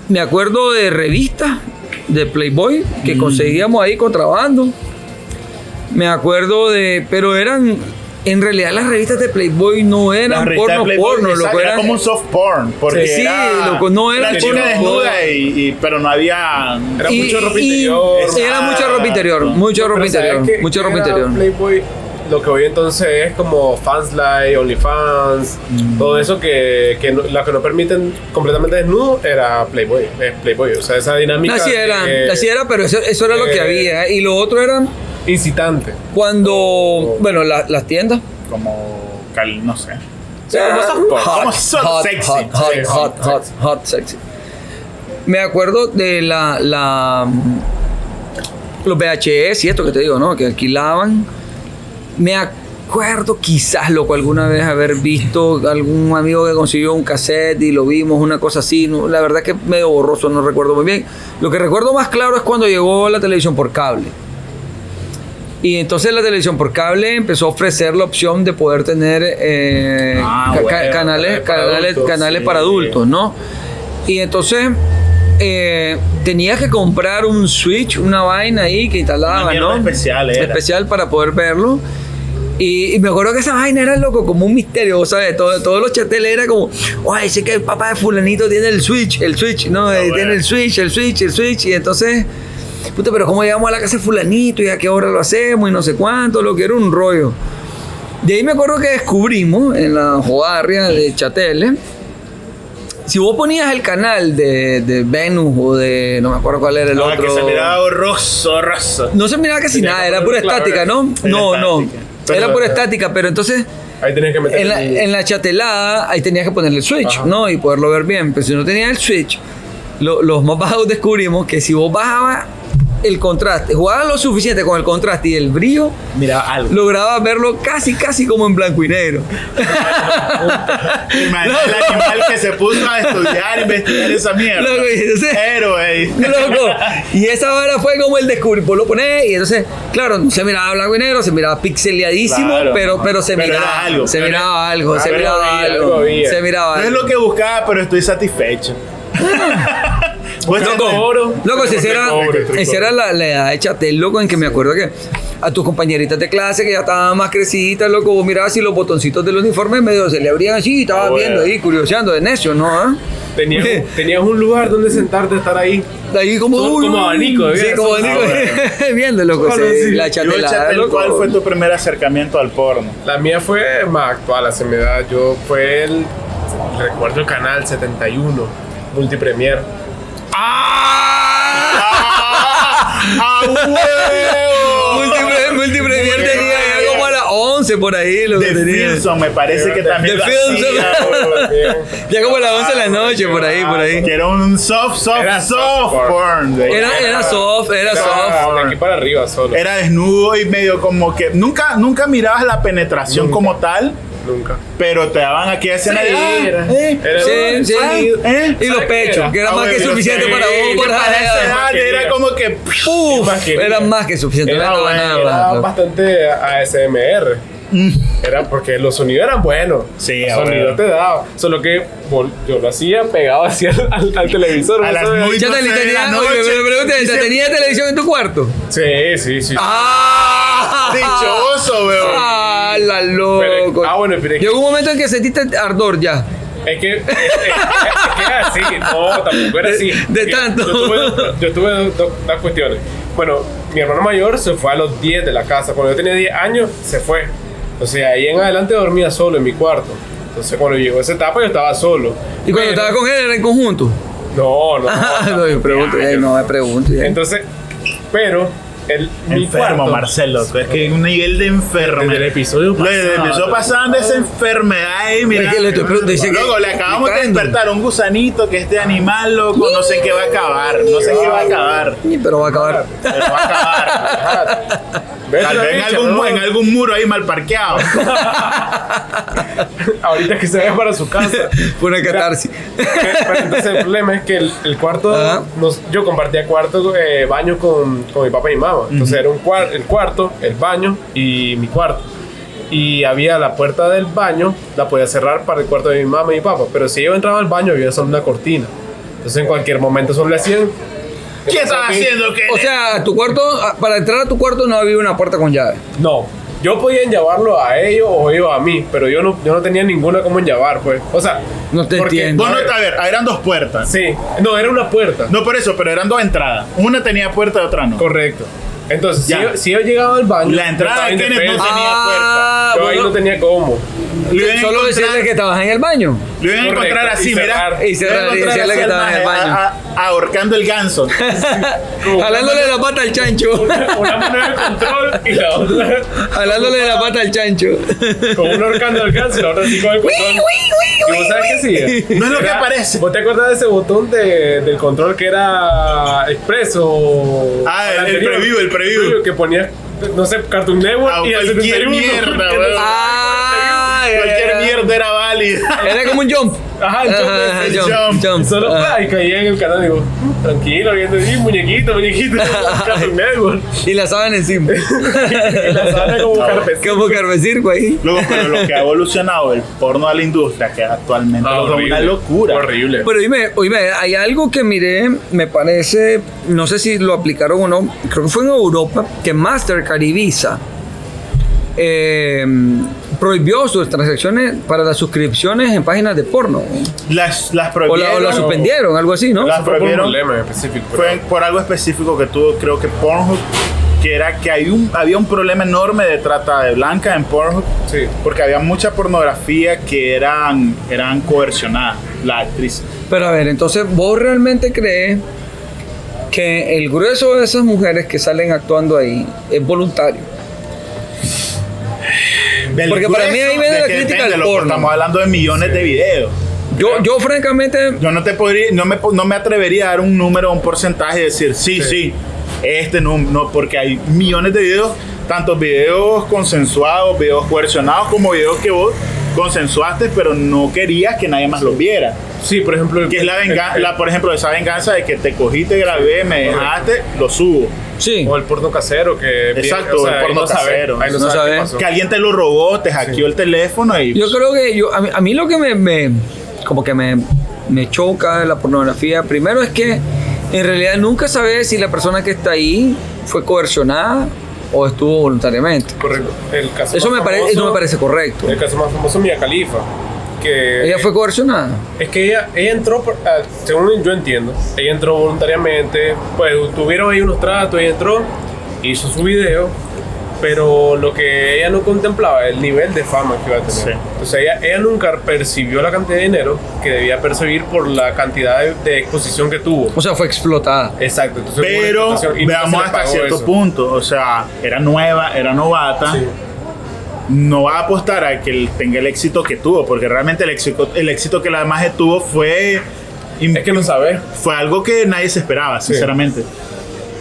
Speaker 3: me acuerdo de revistas de Playboy
Speaker 1: Mm.
Speaker 3: que conseguíamos ahí contrabando. Me acuerdo de. Pero eran. En realidad las revistas de Playboy no
Speaker 1: Las
Speaker 3: eran
Speaker 1: revistas de
Speaker 3: porno
Speaker 1: Playboy,
Speaker 3: porno,
Speaker 1: esa-
Speaker 3: loco.
Speaker 1: era
Speaker 3: eran-
Speaker 1: como un soft porn, porque
Speaker 3: Sí,
Speaker 1: era
Speaker 3: loco, no era
Speaker 1: la
Speaker 3: porno
Speaker 1: chica desnuda
Speaker 3: porn.
Speaker 1: y, y- pero no había
Speaker 2: Era
Speaker 3: Y-
Speaker 2: mucho ropa
Speaker 3: y-
Speaker 2: interior.
Speaker 3: sí, era mucha ropa interior,
Speaker 1: Exacto.
Speaker 3: mucha ropa
Speaker 2: Pero ¿sabes
Speaker 3: interior,
Speaker 2: qué-
Speaker 3: mucha
Speaker 2: qué
Speaker 3: ropa
Speaker 2: era
Speaker 3: interior.
Speaker 2: Playboy, lo que hoy entonces es como fanslife, OnlyFans,
Speaker 3: Mm.
Speaker 2: todo eso que, que no- la que no permiten completamente desnudo era Playboy, es Playboy, o sea, esa dinámica
Speaker 3: Así era,
Speaker 2: eh,
Speaker 3: así era, pero eso, eso era lo que
Speaker 2: eh,
Speaker 3: había. Y lo otro era
Speaker 2: incitante.
Speaker 3: cuando, bueno, la- las tiendas.
Speaker 1: como cal- no sé.
Speaker 3: O sea,
Speaker 2: como soft porn,
Speaker 1: como soft sexy,
Speaker 3: hot, hot,
Speaker 1: sexy,
Speaker 3: hot, hot, hot, sexy. Me acuerdo de la, la los VHS y esto que te digo, ¿no? Que alquilaban. Me acuerdo quizás loco alguna vez haber visto algún amigo que consiguió un cassette y lo vimos, una cosa así. ¿no? La verdad que medio borroso, no recuerdo muy bien. Lo que recuerdo más claro es cuando llegó la televisión por cable. Y entonces la televisión por cable empezó a ofrecer la opción de poder tener eh,
Speaker 1: Ah,
Speaker 3: ca- ca-
Speaker 1: bueno,
Speaker 3: canales,
Speaker 2: canales para
Speaker 3: canales,
Speaker 2: adultos,
Speaker 3: canales para
Speaker 2: sí.
Speaker 3: adultos, ¿no? Y entonces eh, tenías que comprar un switch, una vaina ahí
Speaker 1: Una
Speaker 3: que instalaba,
Speaker 1: mierda
Speaker 3: ¿no?
Speaker 1: especial era.
Speaker 3: Especial para poder verlo. Y, y me acuerdo que esa vaina era loco, como un misterio, ¿vos ¿sabes? Todo- todos los chateles era como, oye, sé que el papá de fulanito tiene el switch, el switch, ¿no? Eh,
Speaker 1: Ah, bueno.
Speaker 3: tiene el switch, el switch, el switch. Y entonces, puta, pero ¿cómo llegamos a la casa de fulanito y a qué hora lo hacemos y no sé cuánto? Lo que era un rollo. De ahí me acuerdo que descubrimos en la jodarria de Chatele, si vos ponías el canal de, de Venus o de, no me acuerdo cuál era el
Speaker 1: No,
Speaker 3: otro.
Speaker 1: Ah, que se miraba horroroso, horroroso.
Speaker 3: No se miraba casi
Speaker 2: Tenía
Speaker 3: nada,
Speaker 2: que
Speaker 3: era pura
Speaker 2: poner claro,
Speaker 3: estática, ¿no?
Speaker 1: era
Speaker 3: no, no.
Speaker 1: estática. Pero-
Speaker 3: era pura estática, pero entonces
Speaker 2: Ahí tenías que meter.
Speaker 3: En la,
Speaker 2: el-
Speaker 3: en la chatelada, ahí tenías que ponerle el switch,
Speaker 2: Ajá.
Speaker 3: ¿no? Y poderlo ver bien. Pero si no tenías el switch, lo- los más bajos descubrimos que si vos bajabas el contraste, jugabas lo suficiente con el contraste y el brillo,
Speaker 2: Mira, algo.
Speaker 3: lograbas verlo casi, casi como en blanco y negro.
Speaker 1: Imagina el animal que se puso a estudiar, investigar esa mierda.
Speaker 3: Loco, y entonces-
Speaker 1: Héroe.
Speaker 3: Loco. Y esa vara fue como el descubrir. Vos lo ponés y entonces, claro, no se miraba blanco y negro, se miraba pixeleadísimo,
Speaker 1: Claro.
Speaker 3: pero, pero se
Speaker 1: Pero era
Speaker 3: miraba
Speaker 1: algo.
Speaker 3: Se
Speaker 1: Pero-
Speaker 3: miraba algo, se
Speaker 2: algo
Speaker 3: miraba
Speaker 2: había,
Speaker 3: algo.
Speaker 2: algo había.
Speaker 3: Se miraba
Speaker 1: No es
Speaker 3: algo.
Speaker 1: lo que buscaba, pero estoy satisfecho. Pues,
Speaker 2: Loco, oro.
Speaker 3: Loco, si esa era,
Speaker 2: Pobre,
Speaker 3: esa era la, la edad de chatel, loco, en que me acuerdo que a tus compañeritas de clase que ya estaban más creciditas, loco, vos mirabas y los botoncitos del uniforme medio se le abrían así y estabas
Speaker 2: Ah, bueno.
Speaker 3: viendo ahí, curioseando de necio, ¿no? ah?
Speaker 2: Tenías, un- tenías un lugar donde sentarte, estar ahí.
Speaker 3: Ahí como,
Speaker 2: Como- como abanico,
Speaker 3: Sí,
Speaker 2: ¿verdad?
Speaker 3: como
Speaker 2: Ah,
Speaker 3: abanico. viendo, loco,
Speaker 2: Solo
Speaker 3: sí,
Speaker 2: así.
Speaker 3: la
Speaker 1: Yo,
Speaker 3: chatelada,
Speaker 1: Chatel,
Speaker 3: loco.
Speaker 1: ¿cuál fue tu primer acercamiento al porno?
Speaker 2: La mía fue más actual, hace mi edad. Yo fue el. Recuerdo el canal 71, Multipremier.
Speaker 1: ¡Ah! ¡A huevo!
Speaker 3: Múltiple, múltiple viernes tenía ya como a las 11 por ahí, lo que
Speaker 1: De
Speaker 3: tenía.
Speaker 1: Filson, me parece que también lo
Speaker 3: De Filson.
Speaker 1: hacía, huevo.
Speaker 3: Ya como a las 11 de la noche, por ahí, por ahí.
Speaker 2: Ah,
Speaker 1: Que era un soft, soft,
Speaker 2: Era
Speaker 1: soft
Speaker 2: soft
Speaker 1: porn.
Speaker 2: porn.
Speaker 1: güey.
Speaker 3: Era, era soft,
Speaker 2: Ah,
Speaker 3: era soft.
Speaker 2: De aquí para arriba solo.
Speaker 1: Era desnudo y medio como que nunca nunca mirabas la penetración como tal,
Speaker 2: Nunca.
Speaker 1: pero te daban aquí escena de ah,
Speaker 2: era.
Speaker 1: eh,
Speaker 2: Era- Ah,
Speaker 3: Sí, sí.
Speaker 1: ¿eh?
Speaker 3: Y los
Speaker 2: ¿Sabes qué
Speaker 3: pechos,
Speaker 2: era?
Speaker 3: que era
Speaker 1: ah,
Speaker 3: más que
Speaker 1: bueno,
Speaker 3: suficiente
Speaker 1: sí,
Speaker 3: para
Speaker 1: que
Speaker 3: vos, para
Speaker 1: para esa edad era
Speaker 2: quería.
Speaker 1: como que
Speaker 3: Uf,
Speaker 2: Más quería.
Speaker 3: era más que suficiente.
Speaker 2: Era,
Speaker 3: no
Speaker 2: bueno,
Speaker 3: nada
Speaker 2: era
Speaker 3: más, loco.
Speaker 2: bastante ASMR. Era porque los sonidos eran buenos.
Speaker 1: Mm. Sí,
Speaker 2: los
Speaker 1: ah, bueno.
Speaker 2: sonidos te daban. Solo que vol- yo lo hacía pegado hacia el, al, al televisor.
Speaker 1: A
Speaker 2: ¿no
Speaker 1: las
Speaker 2: sabes?
Speaker 1: muy-
Speaker 3: Ya te
Speaker 1: Entonces,
Speaker 3: tenía,
Speaker 1: en la
Speaker 3: oye,
Speaker 1: noche,
Speaker 3: me pregunté, ¿te
Speaker 1: dice-
Speaker 3: tenía televisión en tu cuarto?
Speaker 2: Sí, sí, sí.
Speaker 3: ¡Ah!
Speaker 1: dichoso, weón.
Speaker 3: ¡Ah, la loco!
Speaker 2: Ah, bueno, pero es que-
Speaker 3: Llegó un momento en que sentiste ardor ya.
Speaker 2: Es que, es, es- es que era así, no, tampoco era así.
Speaker 3: De- de
Speaker 2: Yo-
Speaker 3: tanto.
Speaker 2: Yo tuve, yo tuve dos, dos- dos cuestiones. Bueno, mi hermano mayor se fue a los 10 de la casa. Cuando yo tenía 10 años, se fue. Entonces ahí en adelante dormía solo en mi cuarto. Entonces cuando llegó esa etapa yo estaba solo.
Speaker 3: Y cuando estaba con él era en conjunto.
Speaker 2: No, no.
Speaker 3: Ah,
Speaker 2: no,
Speaker 3: no, me pregunto, ya, no me pregunto. ya.
Speaker 2: Entonces, pero el, mi
Speaker 1: Enfermo,
Speaker 2: cuarto,
Speaker 1: Marcelo. Es que hay un nivel de enfermedad.
Speaker 2: Desde el episodio
Speaker 1: Lo- desde el
Speaker 2: pasado.
Speaker 1: episodio pasado de esa enfermedad ahí, mira.
Speaker 3: Es que le estoy preguntando, dice que-
Speaker 1: Loco, le acabamos de
Speaker 3: explicando.
Speaker 1: despertar un gusanito que este animal, loco, no sé qué va a acabar. No sé qué va a acabar.
Speaker 3: Sí, Pero va a acabar.
Speaker 1: Pero va a acabar.
Speaker 2: ¿Ves
Speaker 1: Tal
Speaker 2: la
Speaker 1: vez en
Speaker 2: bicha,
Speaker 1: algún,
Speaker 2: no?
Speaker 1: en algún muro ahí mal parqueado.
Speaker 2: Ahorita que se vaya para su casa.
Speaker 3: Fue una catarsis.
Speaker 2: Pero- pero entonces el problema es que el, el cuarto,
Speaker 3: Ajá.
Speaker 2: nos- yo compartía cuarto, eh, baño con, con mi papá y mi mamá. Entonces era un cuar- el cuarto, el baño y mi cuarto. Y había la puerta del baño, la podía cerrar para el cuarto de mi mamá y mi papá. Pero si yo entraba al baño, había solo una cortina. Entonces en cualquier momento solo le hacían.
Speaker 1: ¿Qué estás
Speaker 2: papi?
Speaker 1: haciendo? ¿Qué?
Speaker 3: O sea, tu cuarto, ah, para entrar a tu cuarto no había una puerta con llave.
Speaker 2: No. Yo podía enllavarlo a ellos o ellos a mí, pero yo no, yo no tenía ninguna como enllavar, pues. O sea,
Speaker 3: No te
Speaker 2: porque-
Speaker 3: entiendo.
Speaker 1: Vos no, a ver, eran dos puertas.
Speaker 2: Sí, no, era una puerta.
Speaker 1: No por eso, pero eran dos entradas. Una tenía puerta y otra no.
Speaker 2: Correcto. Entonces, si
Speaker 1: Ya.
Speaker 2: yo, si yo llegaba al baño.
Speaker 1: La entrada
Speaker 2: yo
Speaker 1: de
Speaker 2: estaba
Speaker 1: Kenneth no
Speaker 2: indefenso.
Speaker 1: tenía
Speaker 3: Ah,
Speaker 2: Yo ahí
Speaker 3: bueno,
Speaker 2: no tenía cómo.
Speaker 1: Le iban a
Speaker 3: solo
Speaker 1: encontrar-
Speaker 3: decirle que estabas en el baño.
Speaker 1: Lo iban a
Speaker 2: Correcto,
Speaker 1: encontrar
Speaker 2: y
Speaker 1: así, mira.
Speaker 2: cerrar.
Speaker 3: Y cerrar,
Speaker 1: Lo iban a
Speaker 3: y
Speaker 1: encontrar
Speaker 3: decirle
Speaker 1: así
Speaker 3: que
Speaker 1: al
Speaker 3: estaba en el
Speaker 1: maje,
Speaker 3: baño.
Speaker 1: a- a- ahorcando el ganso.
Speaker 3: Jalándole la pata al chancho.
Speaker 2: Una una mano en el control y la otra.
Speaker 3: Jalándole la pata al chancho.
Speaker 2: Con un horcando al alcance y la otra así con el control. ¿Y vos sabes qué sí? ¿eh?
Speaker 1: No es lo que aparece.
Speaker 2: ¿Vos te acuerdas de ese botón de, del control que era expreso?
Speaker 1: Ah, el- el
Speaker 2: anterior?
Speaker 1: preview, el preview.
Speaker 2: Que ponía, no sé, Cartoon Network
Speaker 1: Ah,
Speaker 2: y el
Speaker 1: cualquier
Speaker 2: 71.
Speaker 1: mierda,
Speaker 2: Que
Speaker 1: weón.
Speaker 2: no-
Speaker 3: Ah,
Speaker 1: Cualquier
Speaker 3: era-
Speaker 1: mierda era válida.
Speaker 3: Era como un jump.
Speaker 2: Ajá, el jump
Speaker 3: Ajá,
Speaker 1: ese, el
Speaker 3: jump,
Speaker 1: jump.
Speaker 2: Y
Speaker 3: jump.
Speaker 2: solo
Speaker 3: Ajá.
Speaker 2: pa, y caía en el canal y digo, "Mm, tranquilo, viendo, y muñequito, muñequito, Cartoon Network.
Speaker 3: Y la saban encima.
Speaker 2: Y la sala como carpecito.
Speaker 3: como carmesirco ahí.
Speaker 1: Luego, pero lo que ha evolucionado el porno a la industria, que actualmente
Speaker 2: Ah,
Speaker 1: es una locura.
Speaker 2: Horrible.
Speaker 3: Pero dime, oíme, hay algo que miré, me parece, no sé si lo aplicaron o no, creo que fue en Europa, que Mastercard y Visa eh, prohibió sus transacciones para las suscripciones en páginas de porno.
Speaker 1: Las, las
Speaker 3: O la, o
Speaker 1: prohibieron.
Speaker 3: la suspendieron, algo así, ¿no?
Speaker 1: La-
Speaker 2: Eso fue por un
Speaker 1: prohibieron.
Speaker 2: problema en específico. pues. pero-
Speaker 1: Fue por algo específico que tuvo, creo que Pornhub, que era que hay un, había un problema enorme de trata de blanca en Pornhub.
Speaker 2: Sí.
Speaker 1: Porque había mucha pornografía que eran, eran coercionadas, la actriz.
Speaker 3: Pero a ver, entonces, ¿vos realmente crees que el grueso de esas mujeres que salen actuando ahí es voluntario?
Speaker 1: Del
Speaker 3: Porque para mí ahí viene
Speaker 1: de
Speaker 3: la
Speaker 1: que
Speaker 3: crítica
Speaker 1: depende,
Speaker 3: al
Speaker 1: loco,
Speaker 3: porno.
Speaker 1: Estamos hablando de millones de videos.
Speaker 3: Yo, yo francamente,
Speaker 1: Yo no te podría, no me, po- no me atrevería a dar un número, un porcentaje y decir, sí, sí,
Speaker 2: Sí.
Speaker 1: este no, no, porque hay millones de videos, tanto videos consensuados, videos coercionados, como videos que vos consensuaste, pero no querías que nadie más los viera.
Speaker 2: Sí, por ejemplo. el-
Speaker 1: Que es la venganza,
Speaker 2: el-
Speaker 1: por ejemplo, esa venganza de que te cogí, te grabé, me dejaste, lo subo.
Speaker 3: sí.
Speaker 2: O el porno casero que.
Speaker 1: Exacto, el
Speaker 2: ahí
Speaker 1: porno
Speaker 2: no sabe,
Speaker 1: casero.
Speaker 2: ahí no,
Speaker 3: No
Speaker 2: sabe
Speaker 3: sabe.
Speaker 2: qué pasó.
Speaker 1: Que alguien te lo robó, te hackeó el teléfono y...
Speaker 3: Yo creo que yo, a, mí, a mí lo que me, me- como que me, me choca de la pornografía, primero es que en realidad nunca sabes si la persona que está ahí fue coercionada o estuvo voluntariamente.
Speaker 2: Correcto. El caso
Speaker 3: Eso
Speaker 2: más
Speaker 3: me, parece,
Speaker 2: famoso-
Speaker 3: eso me parece correcto.
Speaker 2: El caso más famoso, Mia Khalifa. Que
Speaker 3: Ella fue coercionada.
Speaker 2: Es que ella, ella entró, por- ah, según yo entiendo, ella entró voluntariamente, pues tuvieron ahí unos tratos, ella entró, hizo su video, pero lo que ella no contemplaba el nivel de fama que iba a tener.
Speaker 1: Sí.
Speaker 2: Entonces ella, ella nunca percibió la cantidad de dinero que debía percibir por la cantidad de, de exposición que tuvo.
Speaker 3: O sea, fue explotada.
Speaker 2: Exacto, entonces hubo una
Speaker 1: Pero
Speaker 2: explotación y nunca se
Speaker 1: veamos
Speaker 2: le
Speaker 1: hasta
Speaker 2: pagó
Speaker 1: cierto
Speaker 2: eso.
Speaker 1: punto. O sea, era nueva, era novata.
Speaker 2: Sí.
Speaker 1: No va a apostar a que él tenga el éxito que tuvo, porque realmente el éxito, el éxito que la Maje tuvo fue, im-
Speaker 2: Es que no sabes.
Speaker 1: fue algo que nadie se esperaba, sinceramente.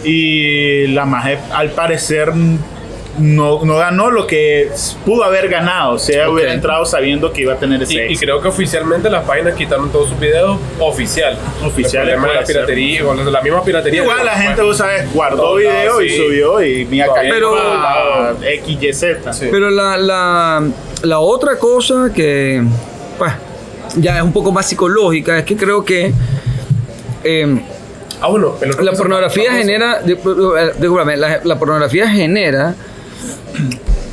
Speaker 1: Y la Maje, al parecer, no, no ganó lo que pudo haber ganado. O sea,
Speaker 3: Ok.
Speaker 1: hubiera entrado sabiendo que iba a tener ese
Speaker 2: Y, y
Speaker 1: éxito.
Speaker 2: creo que oficialmente las páginas quitaron todos sus videos oficial.
Speaker 1: Oficiales,
Speaker 2: El problema de la
Speaker 1: puede ser.
Speaker 2: piratería, o la misma piratería. pues,
Speaker 1: Igual la gente,
Speaker 2: Bueno.
Speaker 1: vos sabes, guardó
Speaker 2: Todo
Speaker 1: video
Speaker 2: lado,
Speaker 1: y
Speaker 2: sí.
Speaker 1: subió y mira,
Speaker 2: Todo
Speaker 1: cayó
Speaker 3: lado.
Speaker 1: a XYZ.
Speaker 2: Sí.
Speaker 3: Pero la, la, la otra cosa que pues, ya es un poco más psicológica es que creo que em,
Speaker 2: Ah, bueno, el otro
Speaker 3: la
Speaker 2: caso
Speaker 3: pornografía
Speaker 2: famoso.
Speaker 3: genera, di- eh, discúlpame, la, la pornografía genera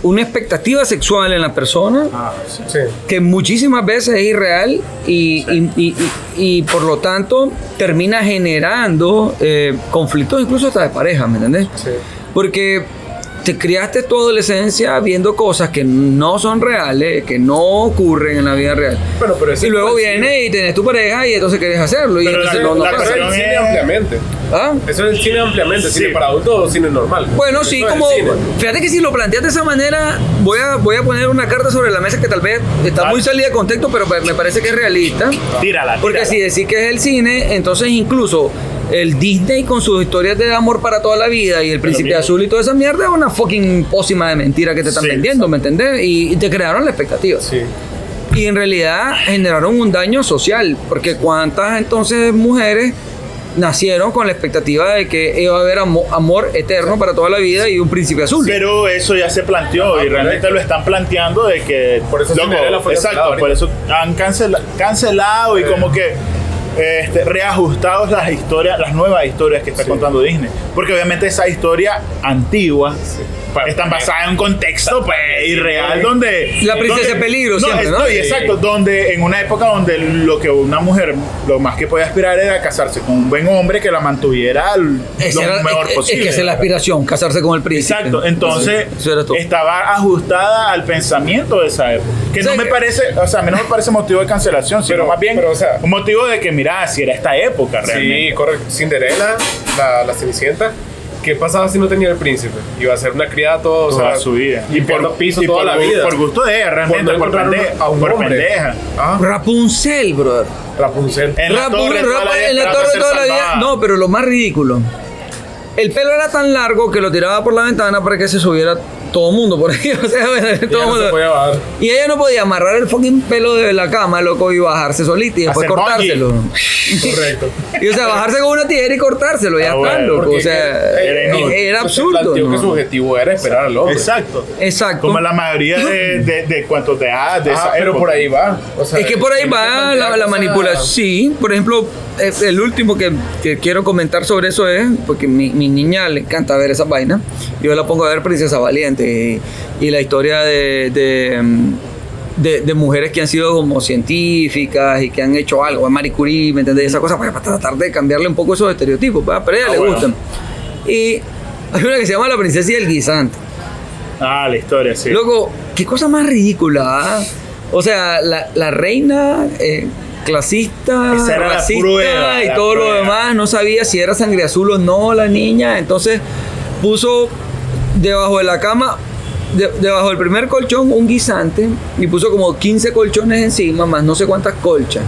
Speaker 3: una expectativa sexual en la persona
Speaker 1: Ah, sí.
Speaker 2: Sí.
Speaker 3: que muchísimas veces es irreal y, y- y- y- y por lo tanto termina generando eh, conflictos incluso hasta de pareja, ¿me entendés?
Speaker 2: Sí.
Speaker 3: Porque te criaste tu adolescencia viendo cosas que no son reales, que no ocurren en la vida real.
Speaker 2: Bueno, pero pues, ese
Speaker 3: Y luego
Speaker 2: fue el
Speaker 3: viene y tenés tu pareja y entonces querés hacerlo y
Speaker 1: pues, Pero la-
Speaker 3: entonces
Speaker 2: cine.
Speaker 3: no, no
Speaker 1: la
Speaker 3: pasa.
Speaker 2: Eso es el
Speaker 1: pasión
Speaker 2: cine
Speaker 1: es-
Speaker 2: ampliamente.
Speaker 3: ¿Ah?
Speaker 2: Eso es el cine ampliamente,
Speaker 1: Sí.
Speaker 2: cine para adultos o cine normal.
Speaker 3: Bueno,
Speaker 2: Eso
Speaker 3: sí,
Speaker 2: es el
Speaker 3: como.
Speaker 2: cine.
Speaker 3: Fíjate que si lo planteas de esa manera, voy a, voy a poner una carta sobre la mesa que tal vez
Speaker 1: Ah.
Speaker 3: está muy salida de contexto, pero pa- me parece que es realista.
Speaker 1: Tírala.
Speaker 3: Porque
Speaker 1: tírala.
Speaker 3: si decís que es el cine, entonces incluso el Disney con sus historias de amor para toda la vida y el Príncipe
Speaker 1: mira.
Speaker 3: Azul y toda esa mierda es una fucking pócima de mentira que te están
Speaker 1: Sí,
Speaker 3: vendiendo, ¿me entendés? Y, y te crearon la expectativa.
Speaker 2: Sí.
Speaker 3: Y en realidad generaron un daño social, porque cuántas entonces mujeres nacieron con la expectativa de que iba a haber amo- amor eterno para toda la vida y un príncipe azul.
Speaker 1: Pero eso ya se planteó
Speaker 2: Ah,
Speaker 1: y realmente
Speaker 2: correcto.
Speaker 1: lo están planteando de que.
Speaker 2: Por eso Cinderella fue
Speaker 1: Exacto,
Speaker 2: cancelada
Speaker 1: por eso han cancela- cancelado y
Speaker 2: Sí.
Speaker 1: como que este, reajustados las historias, las nuevas historias que está
Speaker 2: Sí.
Speaker 1: contando Disney. Porque obviamente esa historia antigua. Están basadas en un contexto pues, irreal donde...
Speaker 3: La princesa
Speaker 1: donde-
Speaker 3: de peligro siempre,
Speaker 1: es-
Speaker 3: ¿no?
Speaker 1: y exacto, donde en una época donde lo que una mujer lo más que podía aspirar era casarse con un buen hombre que la mantuviera
Speaker 3: Esa
Speaker 1: lo
Speaker 3: era-
Speaker 1: mejor
Speaker 3: es- es-
Speaker 1: posible.
Speaker 3: Es que esa es la aspiración, casarse con el príncipe.
Speaker 1: Exacto, entonces
Speaker 3: Eso era todo.
Speaker 1: estaba ajustada al pensamiento de esa época. Que no
Speaker 3: Sí,
Speaker 1: me
Speaker 3: que-
Speaker 1: parece, o sea, a mí no me parece motivo de cancelación, sino
Speaker 2: Pero-
Speaker 1: más bien
Speaker 2: pero, o sea-
Speaker 1: un motivo de que, mira, si era esta época realmente.
Speaker 2: Sí, correcto. Cinderella, la, la Cenicienta. ¿Qué pasaba si no tenía el príncipe? Iba a ser una criada toda, o
Speaker 1: toda
Speaker 2: sea,
Speaker 1: su vida.
Speaker 2: Y por piso
Speaker 1: y
Speaker 2: toda
Speaker 1: por
Speaker 2: la
Speaker 1: gu-
Speaker 2: vida.
Speaker 1: Por gusto de ella, realmente,
Speaker 2: Por no
Speaker 1: por,
Speaker 2: encontrar
Speaker 1: pende-
Speaker 2: a un
Speaker 1: por
Speaker 2: hombre.
Speaker 1: pendeja.
Speaker 2: Ah,
Speaker 3: Rapunzel, brother.
Speaker 2: Rapunzel.
Speaker 1: En la
Speaker 3: Rapu-
Speaker 1: torre, toda
Speaker 3: Rapa-
Speaker 1: la vida
Speaker 3: en la
Speaker 1: esperando
Speaker 3: torre
Speaker 1: ser
Speaker 3: toda la vida.
Speaker 1: salvada.
Speaker 3: No, pero lo más ridículo. El pelo era tan largo que lo tiraba por la ventana para que se subiera todo el mundo por ahí. O sea, todo
Speaker 2: Ella no
Speaker 3: mundo.
Speaker 2: se podía bajar.
Speaker 3: Y ella no podía amarrar el fucking pelo de la cama, loco, y bajarse solita y después
Speaker 1: Hacer
Speaker 3: cortárselo.
Speaker 2: Correcto.
Speaker 3: Y o sea, bajarse con una tijera y cortárselo, ya
Speaker 1: Ah,
Speaker 3: está,
Speaker 1: bueno,
Speaker 3: loco.
Speaker 2: Porque
Speaker 3: O sea,
Speaker 1: era
Speaker 3: era,
Speaker 1: inútil.
Speaker 3: absurdo.
Speaker 2: planteó
Speaker 3: ¿no?
Speaker 2: que su objetivo era esperar al hombre.
Speaker 1: Exacto.
Speaker 3: Exacto.
Speaker 1: Como la mayoría de, de, de cuantos de, ah, de
Speaker 2: Ah,
Speaker 1: esa
Speaker 2: pero
Speaker 1: época.
Speaker 2: por ahí va. O sea,
Speaker 3: Es que por ahí
Speaker 2: tiene que
Speaker 3: va
Speaker 2: plantear
Speaker 3: la, la
Speaker 2: cosas-
Speaker 3: manipulación. Sí, por ejemplo, eh, el último que, que quiero comentar sobre eso es, porque mi, mi niña le encanta ver esa vaina, yo la pongo a ver Princesa Valiente y, y la historia de, de, mm, de- de mujeres que han sido como científicas y que han hecho algo, Marie Curie, ¿me entendés? Esa cosa pues, para, para tratar de cambiarle un poco esos estereotipos, ¿va? pero a ella
Speaker 1: Ah,
Speaker 3: le
Speaker 1: bueno.
Speaker 3: gustan. Y hay una que se llama La Princesa y el Guisante.
Speaker 1: Ah, la historia, sí.
Speaker 3: Loco, qué cosa más ridícula. ah? O sea, la, la reina eh, clasista,
Speaker 1: Esa era la
Speaker 3: Ah, racista
Speaker 1: prueba,
Speaker 3: y
Speaker 1: la
Speaker 3: todo
Speaker 1: prueba.
Speaker 3: lo demás, no sabía si era sangre azul o no la niña, entonces puso debajo de la cama de- debajo del primer colchón un guisante y puso como 15 colchones encima, más no sé cuántas colchas.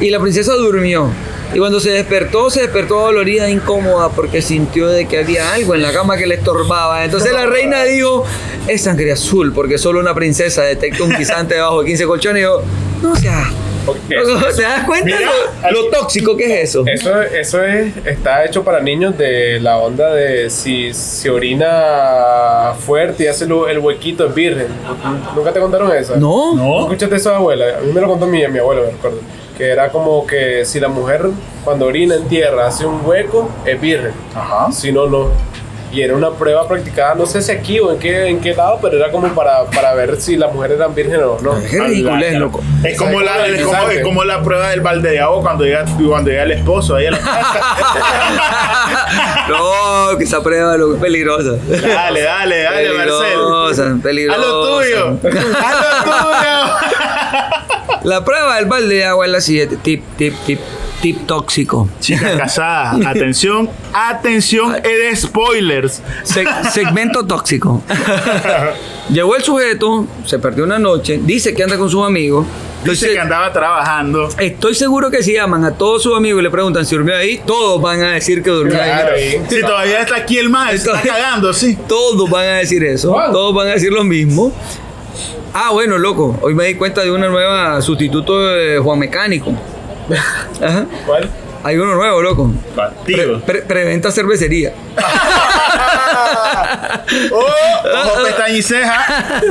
Speaker 3: Y la princesa durmió. Y cuando se despertó, se despertó dolorida, e incómoda, porque sintió de que había algo en la cama que le estorbaba. Entonces la reina dijo, es sangre azul, porque solo una princesa detecta un guisante debajo de 15 colchones. Y yo, no sea...
Speaker 2: Ok,
Speaker 3: ¿Te das cuenta
Speaker 1: Mira,
Speaker 3: lo, lo tóxico que es eso?
Speaker 2: Eso, eso es, está hecho para niños de la onda de si se orina fuerte y hace lu- el huequito es virgen. ¿Nunca te contaron eso?
Speaker 3: No.
Speaker 1: No.
Speaker 2: Escúchate eso, abuela. A mí me lo contó mi, mi abuela, me recuerdo. Que era como que si la mujer cuando orina en tierra hace un hueco, es virgen.
Speaker 1: Ajá.
Speaker 2: Si no, no. Y era una prueba practicada, no sé si aquí o en qué, en qué lado, pero era como para, para ver si las mujeres eran virgen o no.
Speaker 3: Qué ridículo es, loco.
Speaker 1: Es como, la, es, como,
Speaker 2: Exacto.
Speaker 1: es como la prueba del balde de agua cuando llega, cuando llega el esposo ahí a la casa.
Speaker 3: no, que esa prueba loco, es peligrosa.
Speaker 1: dale, dale, dale,
Speaker 3: Peligrosa,
Speaker 1: Marcel.
Speaker 3: peligrosa.
Speaker 1: Haz lo tuyo. Haz lo tuyo.
Speaker 3: La prueba del balde de agua es la siguiente. Tip, tip, tip, tip tóxico.
Speaker 1: Chicas casadas, atención, atención, es de spoilers.
Speaker 3: Se- segmento tóxico. Llegó el sujeto, se perdió una noche, dice que anda con sus amigos.
Speaker 1: Dice
Speaker 3: Entonces,
Speaker 1: que andaba trabajando.
Speaker 3: Estoy seguro que si llaman a todos sus amigos y le preguntan si durmió ahí, todos van a decir que durmió ahí.
Speaker 2: Claro, y-
Speaker 1: Si todavía está aquí el más, está
Speaker 3: Entonces-
Speaker 1: cagando, sí.
Speaker 3: Todos van a decir eso,
Speaker 2: Wow.
Speaker 3: todos van a decir lo mismo. Ah, bueno, loco, hoy me di cuenta de una nueva sustituto de Juan Mecánico. Ajá.
Speaker 2: ¿Cuál?
Speaker 3: Hay uno nuevo, loco.
Speaker 1: Tío.
Speaker 3: Pre- preventa cervecería.
Speaker 1: Oh, ojo, pestaña y ceja.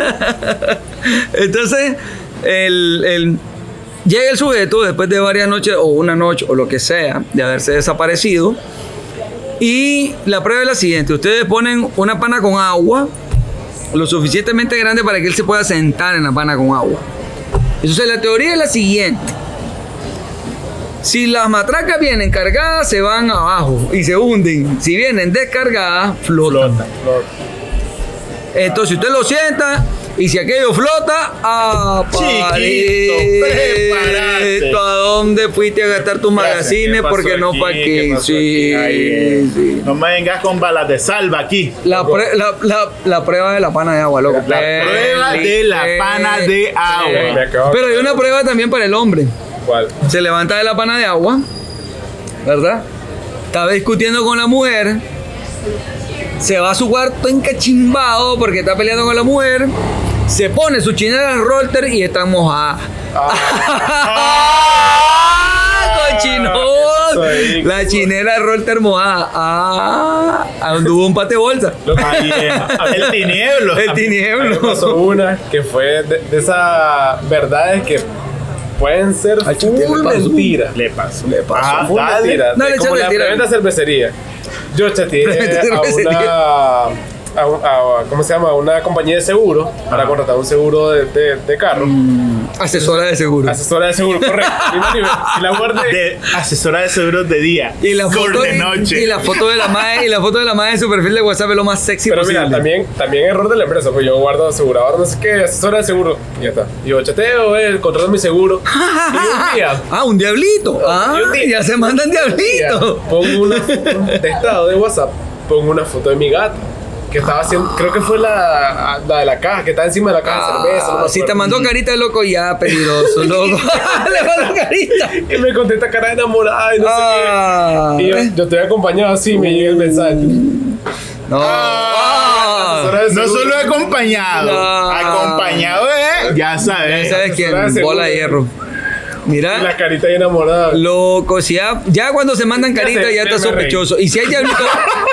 Speaker 3: Entonces, el, el- llega el sujeto después de varias noches o una noche o lo que sea de haberse desaparecido. Y la prueba es la siguiente: ustedes ponen una pana con agua lo suficientemente grande para que él se pueda sentar en la pana con agua. Entonces, la teoría es la siguiente. Si las matracas vienen cargadas, se van abajo y se hunden. Si vienen descargadas, flotan.
Speaker 1: Flota.
Speaker 3: Entonces usted lo sienta y si aquello flota, ¡ah,
Speaker 1: Chiquito,
Speaker 3: parito!
Speaker 1: prepárate.
Speaker 3: ¿A dónde fuiste a gastar tus
Speaker 2: pasa?
Speaker 3: magazines?
Speaker 2: ¿Qué pasó
Speaker 3: Porque no
Speaker 2: aquí?
Speaker 3: fue
Speaker 2: ¿Qué
Speaker 3: aquí.
Speaker 2: pasó
Speaker 3: Sí,
Speaker 2: aquí?
Speaker 1: Eh,
Speaker 3: sí.
Speaker 1: No me vengas con balas de salva aquí.
Speaker 3: La, pre- la- la- la prueba de la pana de agua, loco.
Speaker 1: La prueba de la pana de
Speaker 2: Me
Speaker 1: agua.
Speaker 2: acabo-
Speaker 3: Pero hay una prueba también para el hombre.
Speaker 2: ¿Cuál?
Speaker 3: Se levanta de la pana de agua, ¿verdad? Estaba discutiendo con la mujer. Se va a su cuarto encachimbado porque está peleando con la mujer. Se pone su chinela rolter y está mojada.
Speaker 1: Ah.
Speaker 2: Ah, Eso es
Speaker 3: ¡Cochinón! La chinela rolter mojada. ¡Ah! Anduvo un pate bolsa.
Speaker 1: Ahí es. El tinieblo.
Speaker 3: El
Speaker 2: A mí me
Speaker 3: tinieblo.
Speaker 2: pasó una que fue de, de esas verdades que pueden ser
Speaker 3: Ay, chuta, le
Speaker 2: full
Speaker 3: pasó.
Speaker 2: mentira.
Speaker 1: Le paso.
Speaker 3: Le pasó.
Speaker 1: Ah,
Speaker 2: full
Speaker 1: dale.
Speaker 2: mentira.
Speaker 3: No,
Speaker 2: De
Speaker 3: le
Speaker 2: como
Speaker 3: echaste
Speaker 2: la
Speaker 3: tira.
Speaker 2: tremenda cervecería. Yo chateé
Speaker 3: Tremenda
Speaker 2: a
Speaker 3: cervecería.
Speaker 2: una... A, un- a- a- ¿Cómo se llama? A una compañía de seguro para contratar un seguro de, de- de carro.
Speaker 3: Mm. Asesora de seguro.
Speaker 2: Asesora de seguro, correcto. Y no, ni me- y la guardé.
Speaker 1: De asesora de seguros de día.
Speaker 3: Y la foto
Speaker 1: de
Speaker 3: y-
Speaker 1: noche.
Speaker 3: Y, la foto de la madre y la foto de la madre en su perfil de WhatsApp es lo más sexy
Speaker 2: Pero
Speaker 3: posible.
Speaker 2: mira, también, también error de la empresa, pues yo guardo asegurador, no sé qué, asesora de seguro. Y ya está. Y yo chateo, eh, contrato mi seguro. y un día,
Speaker 3: Ah, un diablito. Ah,
Speaker 2: Y un día-
Speaker 3: ya se mandan diablitos.
Speaker 2: Ya, Pongo una foto de estado de WhatsApp, pongo una foto de mi gata. Que estaba haciendo, creo que fue la, la de la caja, que estaba encima de la caja de cerveza. no me
Speaker 3: Ah. Ah, si te
Speaker 2: acuerdo.
Speaker 3: mandó carita de loco, ya peligroso, loco. Le mandó carita.
Speaker 2: Y me contesta cara de enamorada y no
Speaker 3: Ah,
Speaker 2: sé qué. Y yo,
Speaker 3: ¿ves? ¿Eh?
Speaker 2: yo te había acompañado así, me llega el mensaje.
Speaker 3: No.
Speaker 2: Ah,
Speaker 3: Ah.
Speaker 2: asesora de
Speaker 1: No
Speaker 2: seguro.
Speaker 1: solo acompañado,
Speaker 3: No.
Speaker 1: acompañado de, ya sabes.
Speaker 3: ¿Sabes quién?
Speaker 2: asesora de seguro.
Speaker 3: Bola de hierro.
Speaker 2: Y
Speaker 3: Mira.
Speaker 2: la carita de enamorada.
Speaker 3: Loco, si ya, ya cuando se mandan
Speaker 2: Ya sé,
Speaker 3: carita ya
Speaker 2: ya
Speaker 3: está
Speaker 2: me reí.
Speaker 3: sospechoso. Y si hay diablito,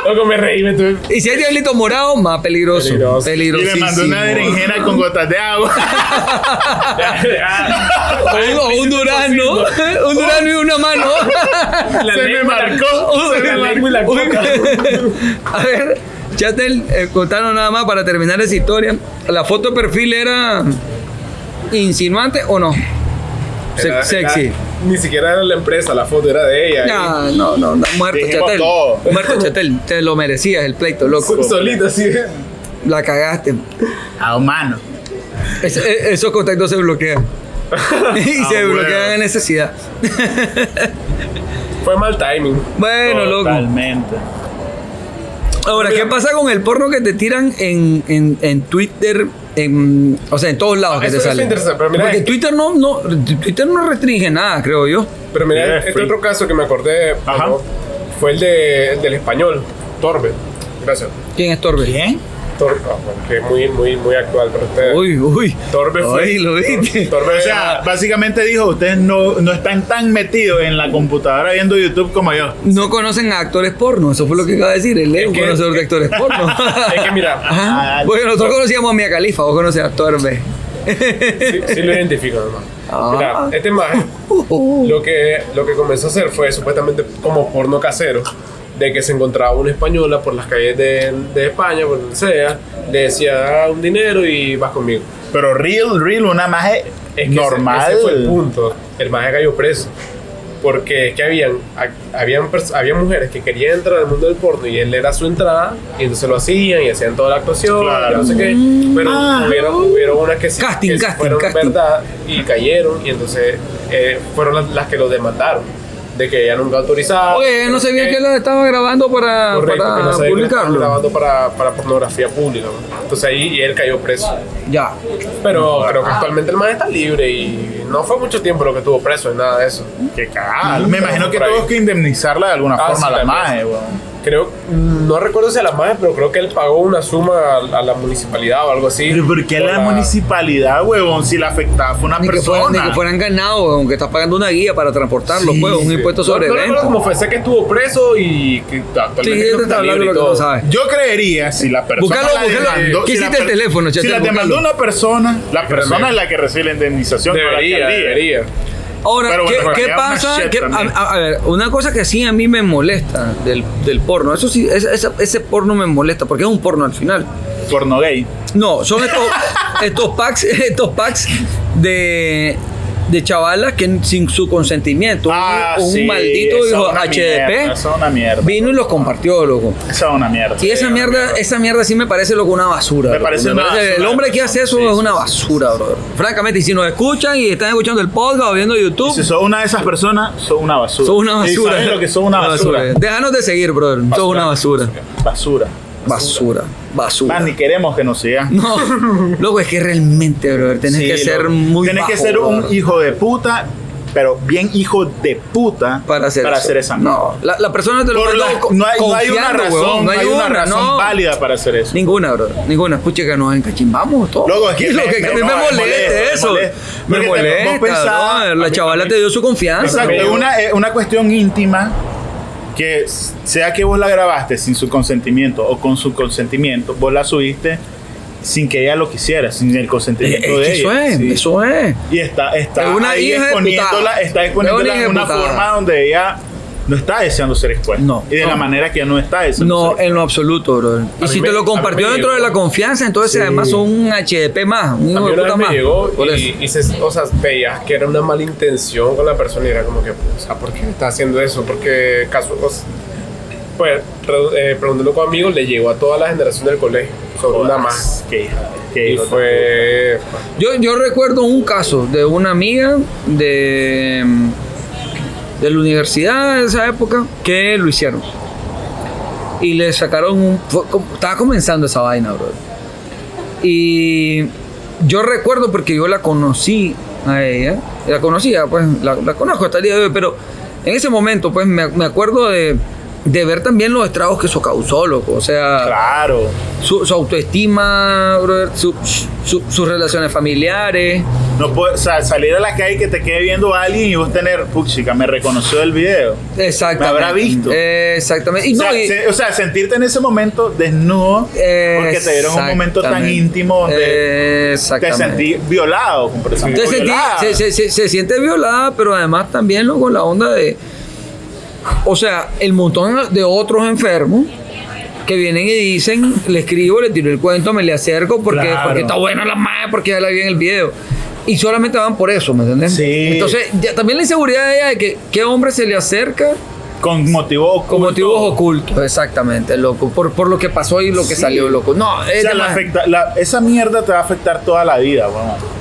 Speaker 2: Loco, me reí, me tuve.
Speaker 3: y si hay diablito morado, más peligroso.
Speaker 1: Y
Speaker 2: Peligroso.
Speaker 1: le mandó una
Speaker 3: Peligrosísimo.
Speaker 1: berenjena con gotas de agua.
Speaker 3: O Ah, un, o un durazno, un durazno y una mano.
Speaker 2: La
Speaker 1: Se me
Speaker 2: lengua, la-
Speaker 1: marcó. Se me
Speaker 2: La
Speaker 1: marcó.
Speaker 2: lengua y la coca.
Speaker 3: A ver, Chatel, eh, contanos nada más para terminar esa historia. ¿La foto de perfil era insinuante o no? Se-
Speaker 2: Era- era-
Speaker 3: sexy.
Speaker 2: Ni siquiera era la empresa, la foto era de ella.
Speaker 3: Ya, no, no, no, muerto
Speaker 1: Dijimos
Speaker 3: Chatel.
Speaker 1: todo.
Speaker 3: Muerto Chatel, te lo merecías el pleito, loco.
Speaker 2: Sol- Solita, así.
Speaker 3: La cagaste.
Speaker 1: A humano.
Speaker 3: Es- e- esos contactos se bloquean. y
Speaker 1: Ah,
Speaker 3: se
Speaker 1: bueno.
Speaker 3: bloquean a necesidad.
Speaker 2: Fue mal timing.
Speaker 3: Bueno, loco.
Speaker 1: Totalmente.
Speaker 3: Ahora, ¿qué pasa con el porno que te tiran en, en, en Twitter? En, o sea, en todos lados
Speaker 2: Ah,
Speaker 3: que
Speaker 2: eso-
Speaker 3: te
Speaker 2: eso es
Speaker 3: sale.
Speaker 2: interesante, pero mira,
Speaker 3: Porque
Speaker 2: es que-
Speaker 3: Twitter no, no, Twitter no restringe nada, creo yo.
Speaker 2: Pero
Speaker 1: Mira,
Speaker 2: mira,
Speaker 1: es
Speaker 2: este
Speaker 1: free.
Speaker 2: otro caso que me acordé
Speaker 1: Ajá.
Speaker 2: ¿no? fue el, de, el del español, Torbe. Gracias.
Speaker 3: ¿Quién es Torbe?
Speaker 1: Bien.
Speaker 2: Torbe, ah, bueno, que es muy, muy, muy actual para ustedes.
Speaker 3: Uy, uy.
Speaker 2: Torbe fue.
Speaker 3: Ay, lo viste.
Speaker 2: Torbe,
Speaker 1: O sea, básicamente dijo, ustedes no, no están tan metidos en la computadora viendo YouTube como yo.
Speaker 3: No conocen a actores porno, eso fue lo que acaba de decir. Él es un
Speaker 2: que-
Speaker 3: conocedor de actores porno.
Speaker 2: es que mira,
Speaker 3: Ajá.
Speaker 1: Ah,
Speaker 3: Porque nosotros conocíamos a Mia Califa, vos conoces a Torbe.
Speaker 2: sí, sí lo identifico, hermano.
Speaker 3: Ah.
Speaker 2: Mira, este más lo que, lo que comenzó a hacer fue supuestamente como porno casero, de que se encontraba una española por las calles de, de España, por donde sea, le decía "Ah, un dinero y vas conmigo.
Speaker 1: Pero real, real, una maje
Speaker 2: Es que
Speaker 1: normal.
Speaker 2: Ese, ese fue el punto. El maje cayó preso. Porque es que habían, ha- habían, pers- habían mujeres que querían entrar al mundo del porno y él era su entrada y entonces lo hacían y hacían toda la actuación,
Speaker 1: Claro.
Speaker 2: no sé qué. Pero
Speaker 1: Ah.
Speaker 2: hubieron, hubieron unas que sí,
Speaker 3: Casting,
Speaker 2: que sí
Speaker 3: casting,
Speaker 2: fueron
Speaker 3: casting.
Speaker 2: verdad y cayeron y entonces eh, fueron las, las que lo demandaron de que ella nunca autorizaba.
Speaker 3: Oye, no sabía
Speaker 2: sé
Speaker 3: que la estaba grabando para,
Speaker 2: Eh, Correcto,
Speaker 3: para
Speaker 2: que no sabía que la estaban
Speaker 3: publicarlo.
Speaker 2: grabando para, para pornografía pública. ¿no? Entonces ahí y él cayó preso.
Speaker 3: Ya.
Speaker 2: Pero creo que actualmente el man está libre y no fue mucho tiempo lo que estuvo preso ni nada de eso.
Speaker 1: Qué cagada. Ah, Me imagino que
Speaker 2: Por ahí.
Speaker 1: todos que indemnizarla de alguna
Speaker 2: Ah,
Speaker 1: forma
Speaker 2: sí,
Speaker 1: a la
Speaker 2: también.
Speaker 1: maje, weón.
Speaker 2: Creo, no recuerdo si a la madre, pero creo que él pagó una suma a, a la municipalidad o algo así.
Speaker 1: Pero ¿por qué
Speaker 2: Por
Speaker 1: la municipalidad, weón? Si la afectaba fue una
Speaker 3: Ni que,
Speaker 1: persona.
Speaker 3: fueran, ni que fueran ganados, aunque estás pagando una guía para transportarlo,
Speaker 1: Sí,
Speaker 3: pues, un
Speaker 1: sí.
Speaker 3: impuesto
Speaker 2: No,
Speaker 3: sobre
Speaker 2: no recuerdo
Speaker 3: venta.
Speaker 2: cómo fue, sé que estuvo preso y que actualmente
Speaker 3: Sí,
Speaker 2: creo
Speaker 3: él
Speaker 2: que
Speaker 3: te está
Speaker 2: está libre
Speaker 3: hablando
Speaker 2: y
Speaker 3: lo que
Speaker 2: todo.
Speaker 3: no sabe.
Speaker 1: Yo creería si la persona.
Speaker 3: Búscalo,
Speaker 1: la
Speaker 3: búscalo.
Speaker 1: demandó-
Speaker 3: ¿Qué
Speaker 1: si la
Speaker 3: hiciste el
Speaker 1: per-
Speaker 3: teléfono,
Speaker 1: Si
Speaker 3: Chete?
Speaker 1: la
Speaker 3: Búscalo.
Speaker 1: demandó una persona, la persona
Speaker 2: creo.
Speaker 1: es la que recibe la indemnización. no la
Speaker 2: Debería,
Speaker 1: alcaldía.
Speaker 2: debería.
Speaker 3: Ahora,
Speaker 1: Pero bueno,
Speaker 3: ¿qué,
Speaker 1: pero
Speaker 3: qué
Speaker 1: ya
Speaker 3: pasa?
Speaker 1: más shit
Speaker 3: ¿Qué- a,
Speaker 1: también.
Speaker 3: a- a ver, una cosa que sí a mí me molesta del, del porno, eso sí, esa- esa- ese porno me molesta, porque es un porno al final.
Speaker 1: Porno gay.
Speaker 3: No, son estos, estos packs, estos packs de, de chavalas que sin su consentimiento, un-
Speaker 1: Ah,
Speaker 3: un,
Speaker 1: sí,
Speaker 3: maldito
Speaker 1: esa
Speaker 3: hijo
Speaker 1: una
Speaker 3: HDP
Speaker 1: mierda, esa una mierda.
Speaker 3: vino y los compartió, loco.
Speaker 1: Esa es una mierda.
Speaker 3: Y esa mierda, esa mierda sí me parece loco una basura.
Speaker 1: Me
Speaker 3: loco.
Speaker 1: parece una
Speaker 3: El
Speaker 1: basura.
Speaker 3: hombre que hace eso
Speaker 1: Sí,
Speaker 3: es
Speaker 1: sí,
Speaker 3: una
Speaker 1: sí,
Speaker 3: basura, bro. Francamente, y si nos escuchan y están escuchando el podcast o viendo YouTube,
Speaker 1: Si sos una de esas personas, sos una basura.
Speaker 3: sos una
Speaker 1: Y
Speaker 3: basura.
Speaker 1: sabes lo que sos una basura.
Speaker 3: Déjanos de seguir, brother. Sos una basura.
Speaker 1: Basura.
Speaker 3: Basura. Basura.
Speaker 1: Más ni queremos que nos sigan.
Speaker 3: No, loco, es que realmente, brother, tenés
Speaker 1: Sí,
Speaker 3: que ser
Speaker 1: loco.
Speaker 3: muy
Speaker 1: Tenés que
Speaker 3: bajo,
Speaker 1: ser un
Speaker 3: brother.
Speaker 1: hijo de puta, pero bien hijo de puta
Speaker 3: para hacer eso.
Speaker 1: esa
Speaker 3: No, la, la persona te lo
Speaker 1: Por
Speaker 3: mandó
Speaker 1: la-
Speaker 3: co-
Speaker 1: no, hay, no hay una
Speaker 3: confiando,
Speaker 1: razón,
Speaker 3: huevón,
Speaker 1: no hay una razón
Speaker 3: no.
Speaker 1: válida para hacer eso.
Speaker 3: Ninguna, bro. Ninguna. Escuche que nos encachimbamos todo.
Speaker 1: Loco, es que
Speaker 3: Y lo
Speaker 1: me-
Speaker 3: que,
Speaker 1: me-
Speaker 3: a mí me,
Speaker 1: no, me
Speaker 3: molesta
Speaker 1: molesta,
Speaker 3: eso.
Speaker 1: me molesta.
Speaker 3: Me
Speaker 1: Porque te-
Speaker 3: molesta.
Speaker 1: vos pensás-
Speaker 3: ¿no? La chavala te dio su confianza.
Speaker 1: Exacto, es
Speaker 2: Pero-
Speaker 1: una, es una cuestión íntima que sea que vos la grabaste sin su consentimiento o con su consentimiento, vos la subiste sin que ella lo quisiera, sin el
Speaker 3: Eh,
Speaker 1: consentimiento
Speaker 3: eh,
Speaker 1: de
Speaker 3: eso
Speaker 1: ella.
Speaker 3: es,
Speaker 1: sí.
Speaker 3: eso es.
Speaker 1: Y está, está
Speaker 3: Es una
Speaker 1: ahí
Speaker 3: hija de
Speaker 1: exponiéndola,
Speaker 3: putada.
Speaker 1: está exponiéndola
Speaker 3: Es una
Speaker 1: en una
Speaker 3: hija de putada.
Speaker 1: forma donde ella no está deseando ser expuesta.
Speaker 3: No.
Speaker 1: Y de la
Speaker 3: No.
Speaker 1: manera que ella no está deseando ser
Speaker 3: No,
Speaker 1: expuesta.
Speaker 3: en lo absoluto, bro. Y
Speaker 2: A
Speaker 3: si
Speaker 2: mí
Speaker 3: te
Speaker 2: me-
Speaker 3: lo
Speaker 2: a
Speaker 3: compartió
Speaker 2: mí me
Speaker 3: dentro de
Speaker 2: llegó.
Speaker 3: la confianza, entonces
Speaker 2: Sí.
Speaker 3: además son un HDP más, un hijo
Speaker 2: A mí
Speaker 3: de
Speaker 2: una vez
Speaker 3: puta
Speaker 2: me
Speaker 3: más.
Speaker 2: llegó
Speaker 3: Por
Speaker 2: y,
Speaker 3: eso.
Speaker 2: y se, o sea, veías que era una mala intención con la persona y era como que, o sea, ¿por qué está haciendo eso? Porque caso, o sea, pues, re- eh, preguntándolo con amigos, le llegó a toda la generación del colegio sobre una más.
Speaker 1: Qué hija, qué
Speaker 2: Y
Speaker 1: hija.
Speaker 2: fue...
Speaker 3: Yo, yo recuerdo un caso de una amiga de, de la universidad de esa época que lo hicieron. Y le sacaron un... fue como- estaba comenzando esa vaina, bro. Y yo recuerdo porque yo la conocí a ella. La conocía, pues la, la conozco hasta el día de hoy. Pero en ese momento, pues me, me acuerdo de, de ver también los estragos que eso causó, loco. O sea
Speaker 1: Claro.
Speaker 3: su, su autoestima, brother, su- su- sus relaciones familiares.
Speaker 1: No puede, o sea, salir a la calle y que te quede viendo a alguien y vos tener, puchica, me reconoció el video.
Speaker 3: Exactamente.
Speaker 1: Me habrá visto.
Speaker 3: Exactamente. Y
Speaker 1: O
Speaker 3: no,
Speaker 1: sea,
Speaker 3: y-
Speaker 1: se- o sea, sentirte en ese momento desnudo porque te dieron un momento tan
Speaker 3: Exactamente.
Speaker 1: íntimo donde te
Speaker 3: Exactamente.
Speaker 1: sentí violado. completamente
Speaker 3: Te sentí-
Speaker 1: violada.
Speaker 3: se, se- se- se siente violada, pero además también luego la onda de. O sea, el montón de otros enfermos que vienen y dicen, le escribo, le tiro el cuento, me le acerco porque,
Speaker 1: Claro.
Speaker 3: porque está buena la madre, porque ya la vi en el video. Y solamente van por eso, ¿me entiendes?
Speaker 1: Sí.
Speaker 3: Entonces, ya también la inseguridad de ella de que qué hombre se le acerca
Speaker 1: Con motivos ocultos.
Speaker 3: con motivos ocultos. Exactamente, loco. Por, por lo que pasó y lo que
Speaker 1: Sí.
Speaker 3: salió, loco. No,
Speaker 1: O
Speaker 3: es
Speaker 1: sea, la
Speaker 3: demás.
Speaker 1: afecta- la- esa mierda te va a afectar toda la vida, weón.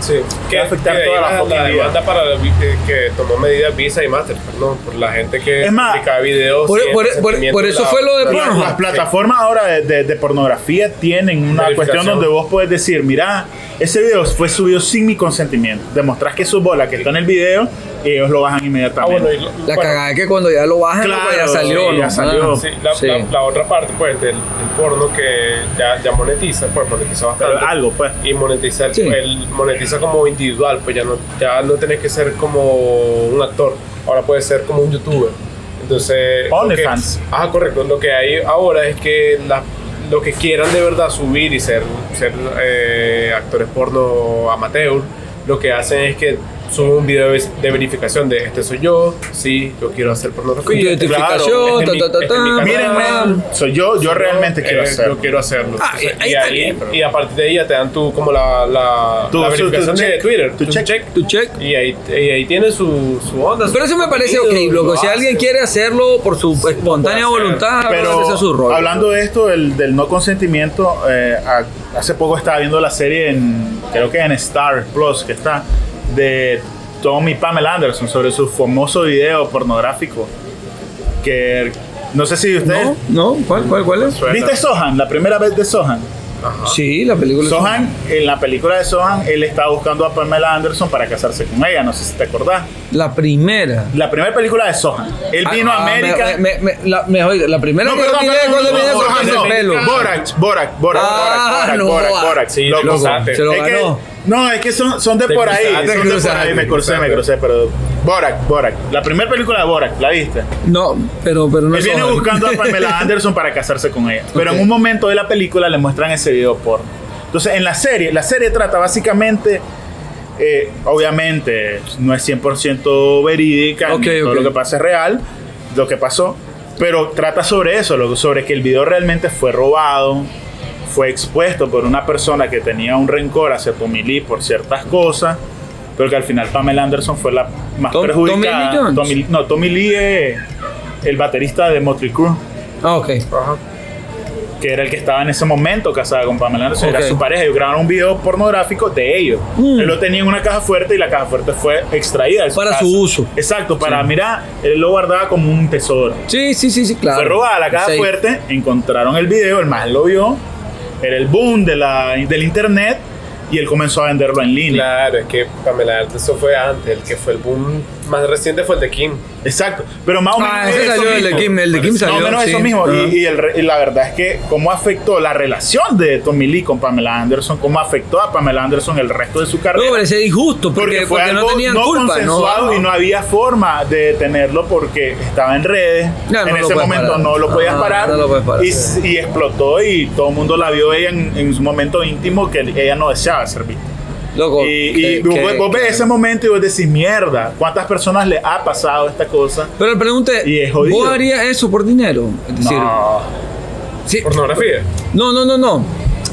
Speaker 2: Sí.
Speaker 1: Que va a afectar
Speaker 2: de ahí
Speaker 1: toda la
Speaker 2: la,
Speaker 1: fucking vida.
Speaker 2: demanda para la vi- eh, que tomó medidas Visa y Master, ¿no? Por la gente que
Speaker 1: Es más,
Speaker 2: publicaba videos.
Speaker 3: por-
Speaker 2: sin
Speaker 3: por- por-
Speaker 2: consentimiento
Speaker 3: por eso fue lo de
Speaker 1: Las-
Speaker 3: Pornhub.
Speaker 1: Las plataformas ahora de, de- de pornografía tienen una
Speaker 2: eh, Verificación.
Speaker 1: cuestión donde vos puedes decir, mira, ese video fue subido sin mi consentimiento. Demostrás que su bola que está en el video y ellos lo bajan
Speaker 2: Ah,
Speaker 1: inmediatamente.
Speaker 2: bueno, y lo-
Speaker 3: La
Speaker 2: bueno,
Speaker 3: cagada es que cuando ya lo bajan,
Speaker 1: Claro,
Speaker 3: loco, ya salió.
Speaker 1: sí,
Speaker 3: ¿no?
Speaker 1: ya salió.
Speaker 3: Ah,
Speaker 2: Sí, la,
Speaker 3: sí.
Speaker 2: la- la otra parte pues del, del porno que ya, ya monetiza, pues monetiza bastante.
Speaker 1: Pero algo, pues.
Speaker 2: Y monetiza, el-
Speaker 3: Sí.
Speaker 2: el- monetiza como individual, pues ya no, ya no tenés que ser como un actor, ahora puedes ser como un youtuber. Entonces... lo
Speaker 1: OnlyFans.
Speaker 2: que- Ajá, correcto. Lo que hay ahora es que la- lo que quieran de verdad subir y ser, ser eh, actores porno amateur, lo que hacen es que suben un video de de verificación de este soy yo, sí, yo quiero hacer pornografía. este-
Speaker 3: Identificación,
Speaker 2: Claro, este
Speaker 3: ta, ta,
Speaker 2: es mi-
Speaker 3: ta,
Speaker 2: este es mi
Speaker 3: ta.
Speaker 2: canal.
Speaker 1: Mírenme, soy yo, yo realmente
Speaker 2: Eh,
Speaker 1: quiero hacerlo.
Speaker 2: Yo quiero hacerlo.
Speaker 3: Ah,
Speaker 2: Entonces,
Speaker 3: ahí
Speaker 2: y,
Speaker 3: está
Speaker 2: ahí-
Speaker 3: bien,
Speaker 2: y a partir de ahí ya te dan tu, como la, la,
Speaker 1: Tu-
Speaker 2: la
Speaker 1: su-
Speaker 2: verificación
Speaker 1: tu
Speaker 2: de
Speaker 1: check,
Speaker 2: Twitter.
Speaker 1: tu check.
Speaker 3: Tu check.
Speaker 2: Y ahí, y ahí tiene su, su onda. su
Speaker 3: Pero eso me parece ok,
Speaker 2: contenido,
Speaker 3: loco.
Speaker 2: lo
Speaker 3: Si
Speaker 2: hace.
Speaker 3: alguien quiere hacerlo por su espontánea
Speaker 2: hacer.
Speaker 3: voluntad,
Speaker 1: Pero
Speaker 3: Ah, ese es su rol.
Speaker 1: hablando de esto, del, del no consentimiento, eh, a- hace poco estaba viendo la serie en, creo que en Star Plus, que está, de Tommy Pamela Anderson sobre su famoso video pornográfico. Que no sé si ustedes.
Speaker 3: ¿No? ¿No? ¿Cuál, cuál, cuál es?
Speaker 2: Suena.
Speaker 1: ¿Viste Sohan? La primera vez de Sohan.
Speaker 2: Ajá.
Speaker 3: Sí, la película.
Speaker 1: Sohan, en la película de Sohan, él estaba buscando a Pamela Anderson para casarse con ella, no sé si te acordás.
Speaker 3: La primera.
Speaker 1: La primera película de Sohan. Él vino
Speaker 3: Ah,
Speaker 1: a América.
Speaker 3: Me, me- me- la, me- oiga, la primera
Speaker 1: No,
Speaker 3: que yo
Speaker 1: perdón,
Speaker 3: miré
Speaker 1: perdón, no,
Speaker 3: cuando vine
Speaker 1: no,
Speaker 3: a cortarse
Speaker 1: no,
Speaker 3: el pelo.
Speaker 1: no, Borax, Borax, Borax,
Speaker 3: Ah,
Speaker 1: Borax,
Speaker 3: no,
Speaker 1: Borax,
Speaker 3: ah,
Speaker 1: Borax.
Speaker 2: sí,
Speaker 1: Loco,
Speaker 2: loco,
Speaker 1: es
Speaker 3: se lo
Speaker 1: que-
Speaker 3: ganó.
Speaker 1: no, es que son, son de
Speaker 2: Te
Speaker 1: por ahí,
Speaker 2: cruzaste,
Speaker 1: son de por
Speaker 3: cruzaste,
Speaker 1: ahí, me crucé,
Speaker 2: cruzaste.
Speaker 1: me crucé, pero Borax, Borax, la primera película de Borax, ¿la viste?
Speaker 3: No, pero, pero no
Speaker 1: Él
Speaker 3: es
Speaker 1: viene
Speaker 3: Sohan.
Speaker 1: buscando a Pamela Anderson para casarse con ella. Pero
Speaker 3: Ok.
Speaker 1: en un momento de la película le muestran ese video porno. Entonces, en la serie, la serie trata básicamente, eh, obviamente, no es 100% verídica,
Speaker 3: Ok,
Speaker 1: ni todo
Speaker 3: ok.
Speaker 1: lo que pasa es real, lo que pasó, pero trata sobre eso, lo- sobre que el video realmente fue robado, fue expuesto por una persona que tenía un rencor hacia Tommy Lee por ciertas cosas, pero que al final Pamela Anderson fue la más
Speaker 3: Tom- Tommy Lee
Speaker 1: perjudicada.
Speaker 3: Jones.
Speaker 1: Tommy- no, Tommy Lee es el baterista de Motley Crue,
Speaker 3: Ah, ok.
Speaker 2: Ajá.
Speaker 1: que era el que estaba en ese momento casada con Pamela Anderson,
Speaker 3: Ok.
Speaker 1: era su pareja. Ellos grabaron un video pornográfico de ellos.
Speaker 3: Mm.
Speaker 1: Él lo tenía en una caja fuerte y la caja fuerte fue extraída de
Speaker 3: Para
Speaker 1: casa.
Speaker 3: su uso.
Speaker 1: Exacto, para mirar, él lo guardaba como un tesoro.
Speaker 3: Sí, sí, sí, sí, claro.
Speaker 1: Fue robada la caja
Speaker 3: Safe.
Speaker 1: fuerte, encontraron el video, el más lo vio, era el boom de la, del internet y él comenzó a venderlo en línea.
Speaker 2: Claro, es que Pamela Anderson fue antes. El que fue el boom más reciente fue el de Kim.
Speaker 1: Exacto, pero más o menos.
Speaker 3: Ah, ese
Speaker 1: eso
Speaker 3: salió, el de
Speaker 1: mismo.
Speaker 3: Kim, el de Kim
Speaker 1: Más
Speaker 3: salió,
Speaker 1: o menos eso
Speaker 3: sí.
Speaker 1: mismo. Y-
Speaker 3: Ajá.
Speaker 1: Y, el re- y la verdad es que, cómo afectó la relación de Tommy Lee con Pamela Anderson, cómo afectó a Pamela Anderson el resto de su
Speaker 3: No,
Speaker 1: carrera.
Speaker 3: pero ese es injusto porque, porque, no tenían culpa,
Speaker 1: consensuado
Speaker 3: ¿no?
Speaker 1: y no había forma de detenerlo porque estaba en redes.
Speaker 3: Ya, no
Speaker 1: en
Speaker 3: lo
Speaker 1: ese
Speaker 3: puedes
Speaker 1: momento
Speaker 3: parar.
Speaker 1: no lo podías
Speaker 3: Ah,
Speaker 1: parar.
Speaker 3: no lo puedes parar.
Speaker 1: Y, s- y explotó y todo el mundo la vio ella en, en su momento íntimo que ella no deseaba ser vista.
Speaker 3: Loco.
Speaker 1: Y,
Speaker 3: que-
Speaker 1: y vos,
Speaker 3: que-
Speaker 1: vos ves
Speaker 3: que-
Speaker 1: ese momento y vos decís, mierda, ¿cuántas personas le ha pasado esta cosa?
Speaker 3: Pero la pregunta es,
Speaker 1: Y es jodido.
Speaker 3: ¿vos harías eso por dinero? Es decir,
Speaker 1: No.
Speaker 3: sí,
Speaker 2: Pornografía.
Speaker 3: no, no, no, no.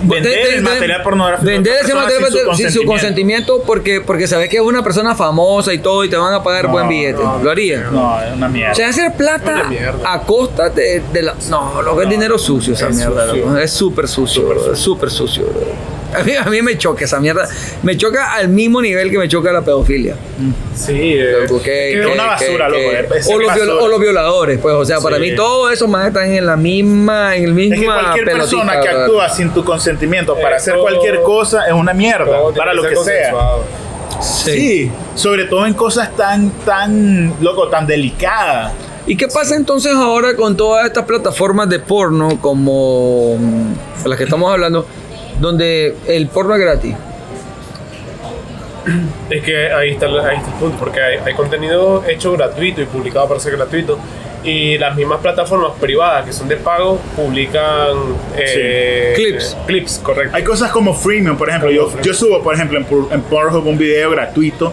Speaker 1: Vender
Speaker 3: Te- te-
Speaker 1: el
Speaker 3: te-
Speaker 1: material pornográfico de
Speaker 3: Vender
Speaker 1: otra
Speaker 3: ese
Speaker 1: persona
Speaker 3: material
Speaker 1: sin su
Speaker 3: pornográfico sin su consentimiento porque, porque sabes que es una persona famosa y todo y te van a pagar
Speaker 1: No,
Speaker 3: buen billete.
Speaker 1: no,
Speaker 3: ¿Lo harías?
Speaker 1: No, es una mierda.
Speaker 3: O sea, hacer plata
Speaker 2: Una mierda.
Speaker 3: a costa de, de la. No, lo que es dinero sucio, esa
Speaker 2: es
Speaker 3: mierda.
Speaker 2: sucio.
Speaker 3: loco. Es súper sucio, bro, es súper sucio. bro. A mí, a mí me choca esa mierda. Me choca al mismo nivel que me choca la pedofilia.
Speaker 2: Sí, eh,
Speaker 3: Loco, que-
Speaker 2: es que
Speaker 1: es
Speaker 3: que-
Speaker 1: una basura,
Speaker 3: que-
Speaker 1: loco,
Speaker 3: que-
Speaker 1: es- es
Speaker 3: o, los
Speaker 1: basura.
Speaker 3: viol- o los violadores, pues. O sea, para
Speaker 2: Sí.
Speaker 3: mí todos esos más están en la misma. En el mismo.
Speaker 1: es que cualquier persona que actúa sin tu consentimiento para
Speaker 2: Eh,
Speaker 1: hacer
Speaker 2: todo-
Speaker 1: cualquier cosa es una mierda,
Speaker 2: todo tiene
Speaker 1: para lo
Speaker 2: ser
Speaker 1: que sea.
Speaker 2: consensuado.
Speaker 1: Sí. sobre todo en cosas tan, tan, loco, tan delicadas.
Speaker 3: ¿Y qué pasa entonces ahora con todas estas plataformas de porno como mm, las que estamos hablando, donde el porno es gratis?
Speaker 2: Es que ahí está, el- ahí está el punto, porque hay, hay contenido hecho gratuito y publicado para ser gratuito. Y las mismas plataformas privadas que son de pago publican eh,
Speaker 3: Sí. Clips.
Speaker 2: eh, clips, correcto.
Speaker 1: Hay cosas como freemium, por ejemplo. Yo,
Speaker 2: Freemium.
Speaker 1: yo subo, por ejemplo, en, Por- en Pornhub un video gratuito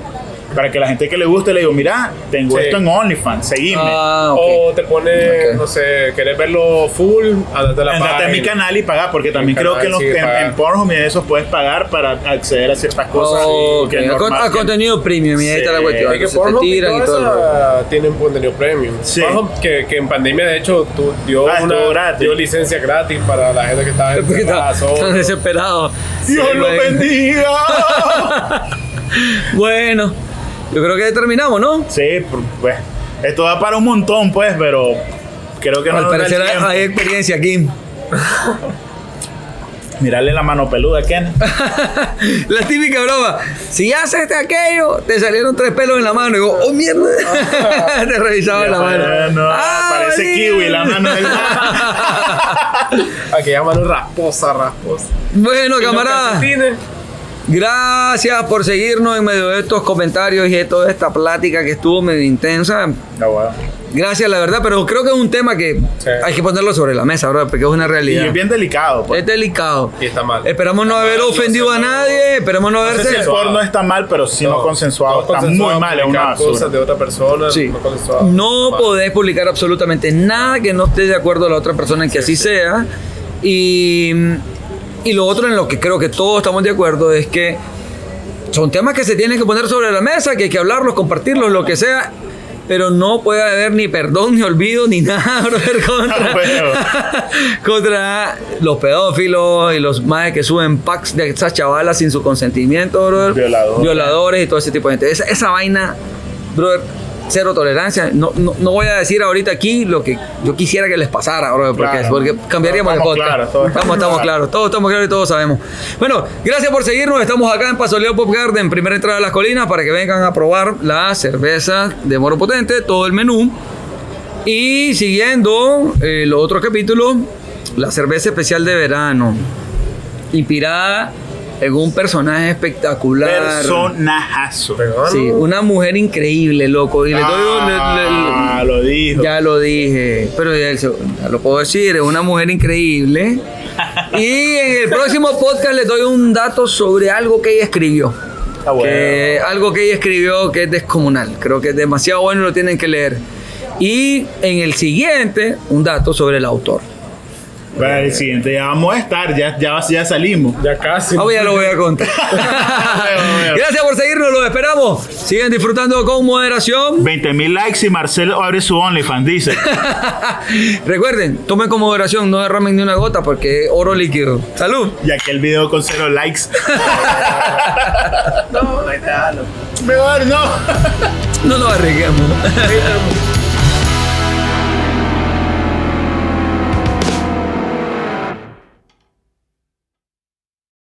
Speaker 1: para que la gente que le guste le digo, mira, tengo
Speaker 2: Sí.
Speaker 1: esto en OnlyFans, seguime.
Speaker 3: Ah, ok.
Speaker 1: Oh,
Speaker 2: O te pone,
Speaker 3: Ok.
Speaker 2: no sé, querés verlo full, andate a la
Speaker 1: Entrate
Speaker 2: página.
Speaker 1: a mi canal y pagar, porque también
Speaker 2: canal,
Speaker 1: creo que en, los-
Speaker 2: sí,
Speaker 1: en,
Speaker 2: pagar.
Speaker 1: en Pornhub y en esos puedes pagar para acceder a ciertas cosas.
Speaker 3: Oh,
Speaker 1: que
Speaker 3: ok.
Speaker 1: es
Speaker 3: A con-
Speaker 1: normal
Speaker 3: a
Speaker 1: que-
Speaker 3: contenido premium, y ahí está la
Speaker 1: Sí,
Speaker 3: cuestión.
Speaker 2: Es que
Speaker 3: que se te
Speaker 2: Pornhub y
Speaker 3: tiran y
Speaker 2: toda
Speaker 3: todo. el rollo.
Speaker 2: esa tiene un contenido premium.
Speaker 1: Sí.
Speaker 2: Pornhub, que, que en pandemia, de hecho, tu- dio,
Speaker 1: Ah,
Speaker 2: una,
Speaker 1: estuvo gratis.
Speaker 2: dio licencia gratis para la
Speaker 1: Ah,
Speaker 2: gente que estaba
Speaker 3: Porque
Speaker 2: encerrada,
Speaker 3: están
Speaker 2: solo.
Speaker 3: desesperados.
Speaker 1: Dios
Speaker 3: Sí,
Speaker 1: lo
Speaker 3: güey.
Speaker 1: bendiga.
Speaker 3: Bueno, yo creo que terminamos, ¿no?
Speaker 1: Sí, por- pues. Esto da para un montón, pues, pero creo que no
Speaker 3: Al
Speaker 1: nos da el
Speaker 3: parecer hay,
Speaker 1: tiempo.
Speaker 3: hay experiencia aquí.
Speaker 1: Mirarle la mano peluda a Ken.
Speaker 3: La típica broma. Si haces este aquello, te salieron tres pelos en la mano. Y digo, oh mierda. te revisaban la mano.
Speaker 1: Bueno,
Speaker 3: Ah,
Speaker 1: parece
Speaker 3: sí.
Speaker 1: kiwi la mano del
Speaker 2: Aquella mano rasposa, rasposa.
Speaker 3: Bueno,
Speaker 2: Y los
Speaker 3: camarada.
Speaker 2: calcetines,
Speaker 3: Gracias por seguirnos en medio de estos comentarios y de toda esta plática que estuvo medio intensa.
Speaker 1: No, bueno.
Speaker 3: Gracias, la verdad, pero creo que es un tema que
Speaker 2: Sí.
Speaker 3: hay que ponerlo sobre la mesa, bro, porque es una
Speaker 1: Y
Speaker 3: realidad.
Speaker 1: es bien delicado, pues.
Speaker 3: Es delicado.
Speaker 2: Y está mal.
Speaker 3: Esperamos no haber ofendido a nadie, esperamos no
Speaker 1: No sé si el
Speaker 3: haberse...
Speaker 2: sensuado.
Speaker 1: porno está mal, pero sí no,
Speaker 2: No,
Speaker 1: consensuado.
Speaker 2: no
Speaker 1: está
Speaker 2: consensuado
Speaker 1: muy mal, es una
Speaker 2: publicar
Speaker 1: basura.
Speaker 2: cosas de otra persona.
Speaker 3: Sí.
Speaker 2: No consensuado.
Speaker 3: No
Speaker 2: Mal.
Speaker 3: podés publicar absolutamente nada que no esté de acuerdo a la otra persona en que así sea. Y, y lo otro en lo que creo que todos estamos de acuerdo es que son temas que se tienen que poner sobre la mesa, que hay que hablarlos, compartirlos, lo que sea. Pero no puede haber ni perdón, ni olvido, ni nada, brother, contra,
Speaker 1: Bueno.
Speaker 3: contra los pedófilos y los madres que suben packs de esas chavalas sin su consentimiento, brother.
Speaker 1: Violadores.
Speaker 3: Violadores y todo ese tipo de gente. Esa, esa vaina, brother, cero tolerancia. No, no, no voy a decir ahorita aquí lo que yo quisiera que les pasara, brother, porque,
Speaker 1: Claro.
Speaker 3: porque cambiaríamos
Speaker 1: Estamos
Speaker 3: el podcast.
Speaker 1: claros, todos
Speaker 3: estamos,
Speaker 1: estamos
Speaker 3: estamos
Speaker 1: claros.
Speaker 3: claros. Claro, todos estamos claros y todos sabemos. Bueno, gracias por seguirnos. Estamos acá en Pasoleo Pop Garden, primera entrada a las colinas, para que vengan a probar la cerveza de Moro Potente, todo el menú. Y siguiendo eh, los otros capítulos, la cerveza especial de verano, inspirada en un personaje espectacular.
Speaker 1: Personajazo.
Speaker 2: Perdón.
Speaker 3: Sí, una mujer increíble, loco. Y le doy-
Speaker 1: Ah,
Speaker 3: le- le-
Speaker 1: lo dijo.
Speaker 3: ya lo dije, pero ya, se- ya lo puedo decir, es una mujer increíble. Y en el próximo podcast les doy un dato sobre algo que ella escribió.
Speaker 1: Está bueno.
Speaker 3: Que- algo que ella escribió que es descomunal. Creo que es demasiado bueno y lo tienen que leer. Y en el siguiente, un dato sobre el autor.
Speaker 1: Para el siguiente, ya vamos a estar, ya, ya, ya salimos.
Speaker 2: Ya casi.
Speaker 3: Ah, ya lo voy a contar. Gracias por seguirnos, los esperamos. Sigan disfrutando con moderación.
Speaker 1: 20 mil likes y Marcelo abre su OnlyFans, dice.
Speaker 3: Recuerden, tomen con moderación, no derramen ni una gota porque es oro líquido. Salud.
Speaker 1: Y aquel video con cero likes. no, no hay nada. Mejor no.
Speaker 3: No nos arriesguemos.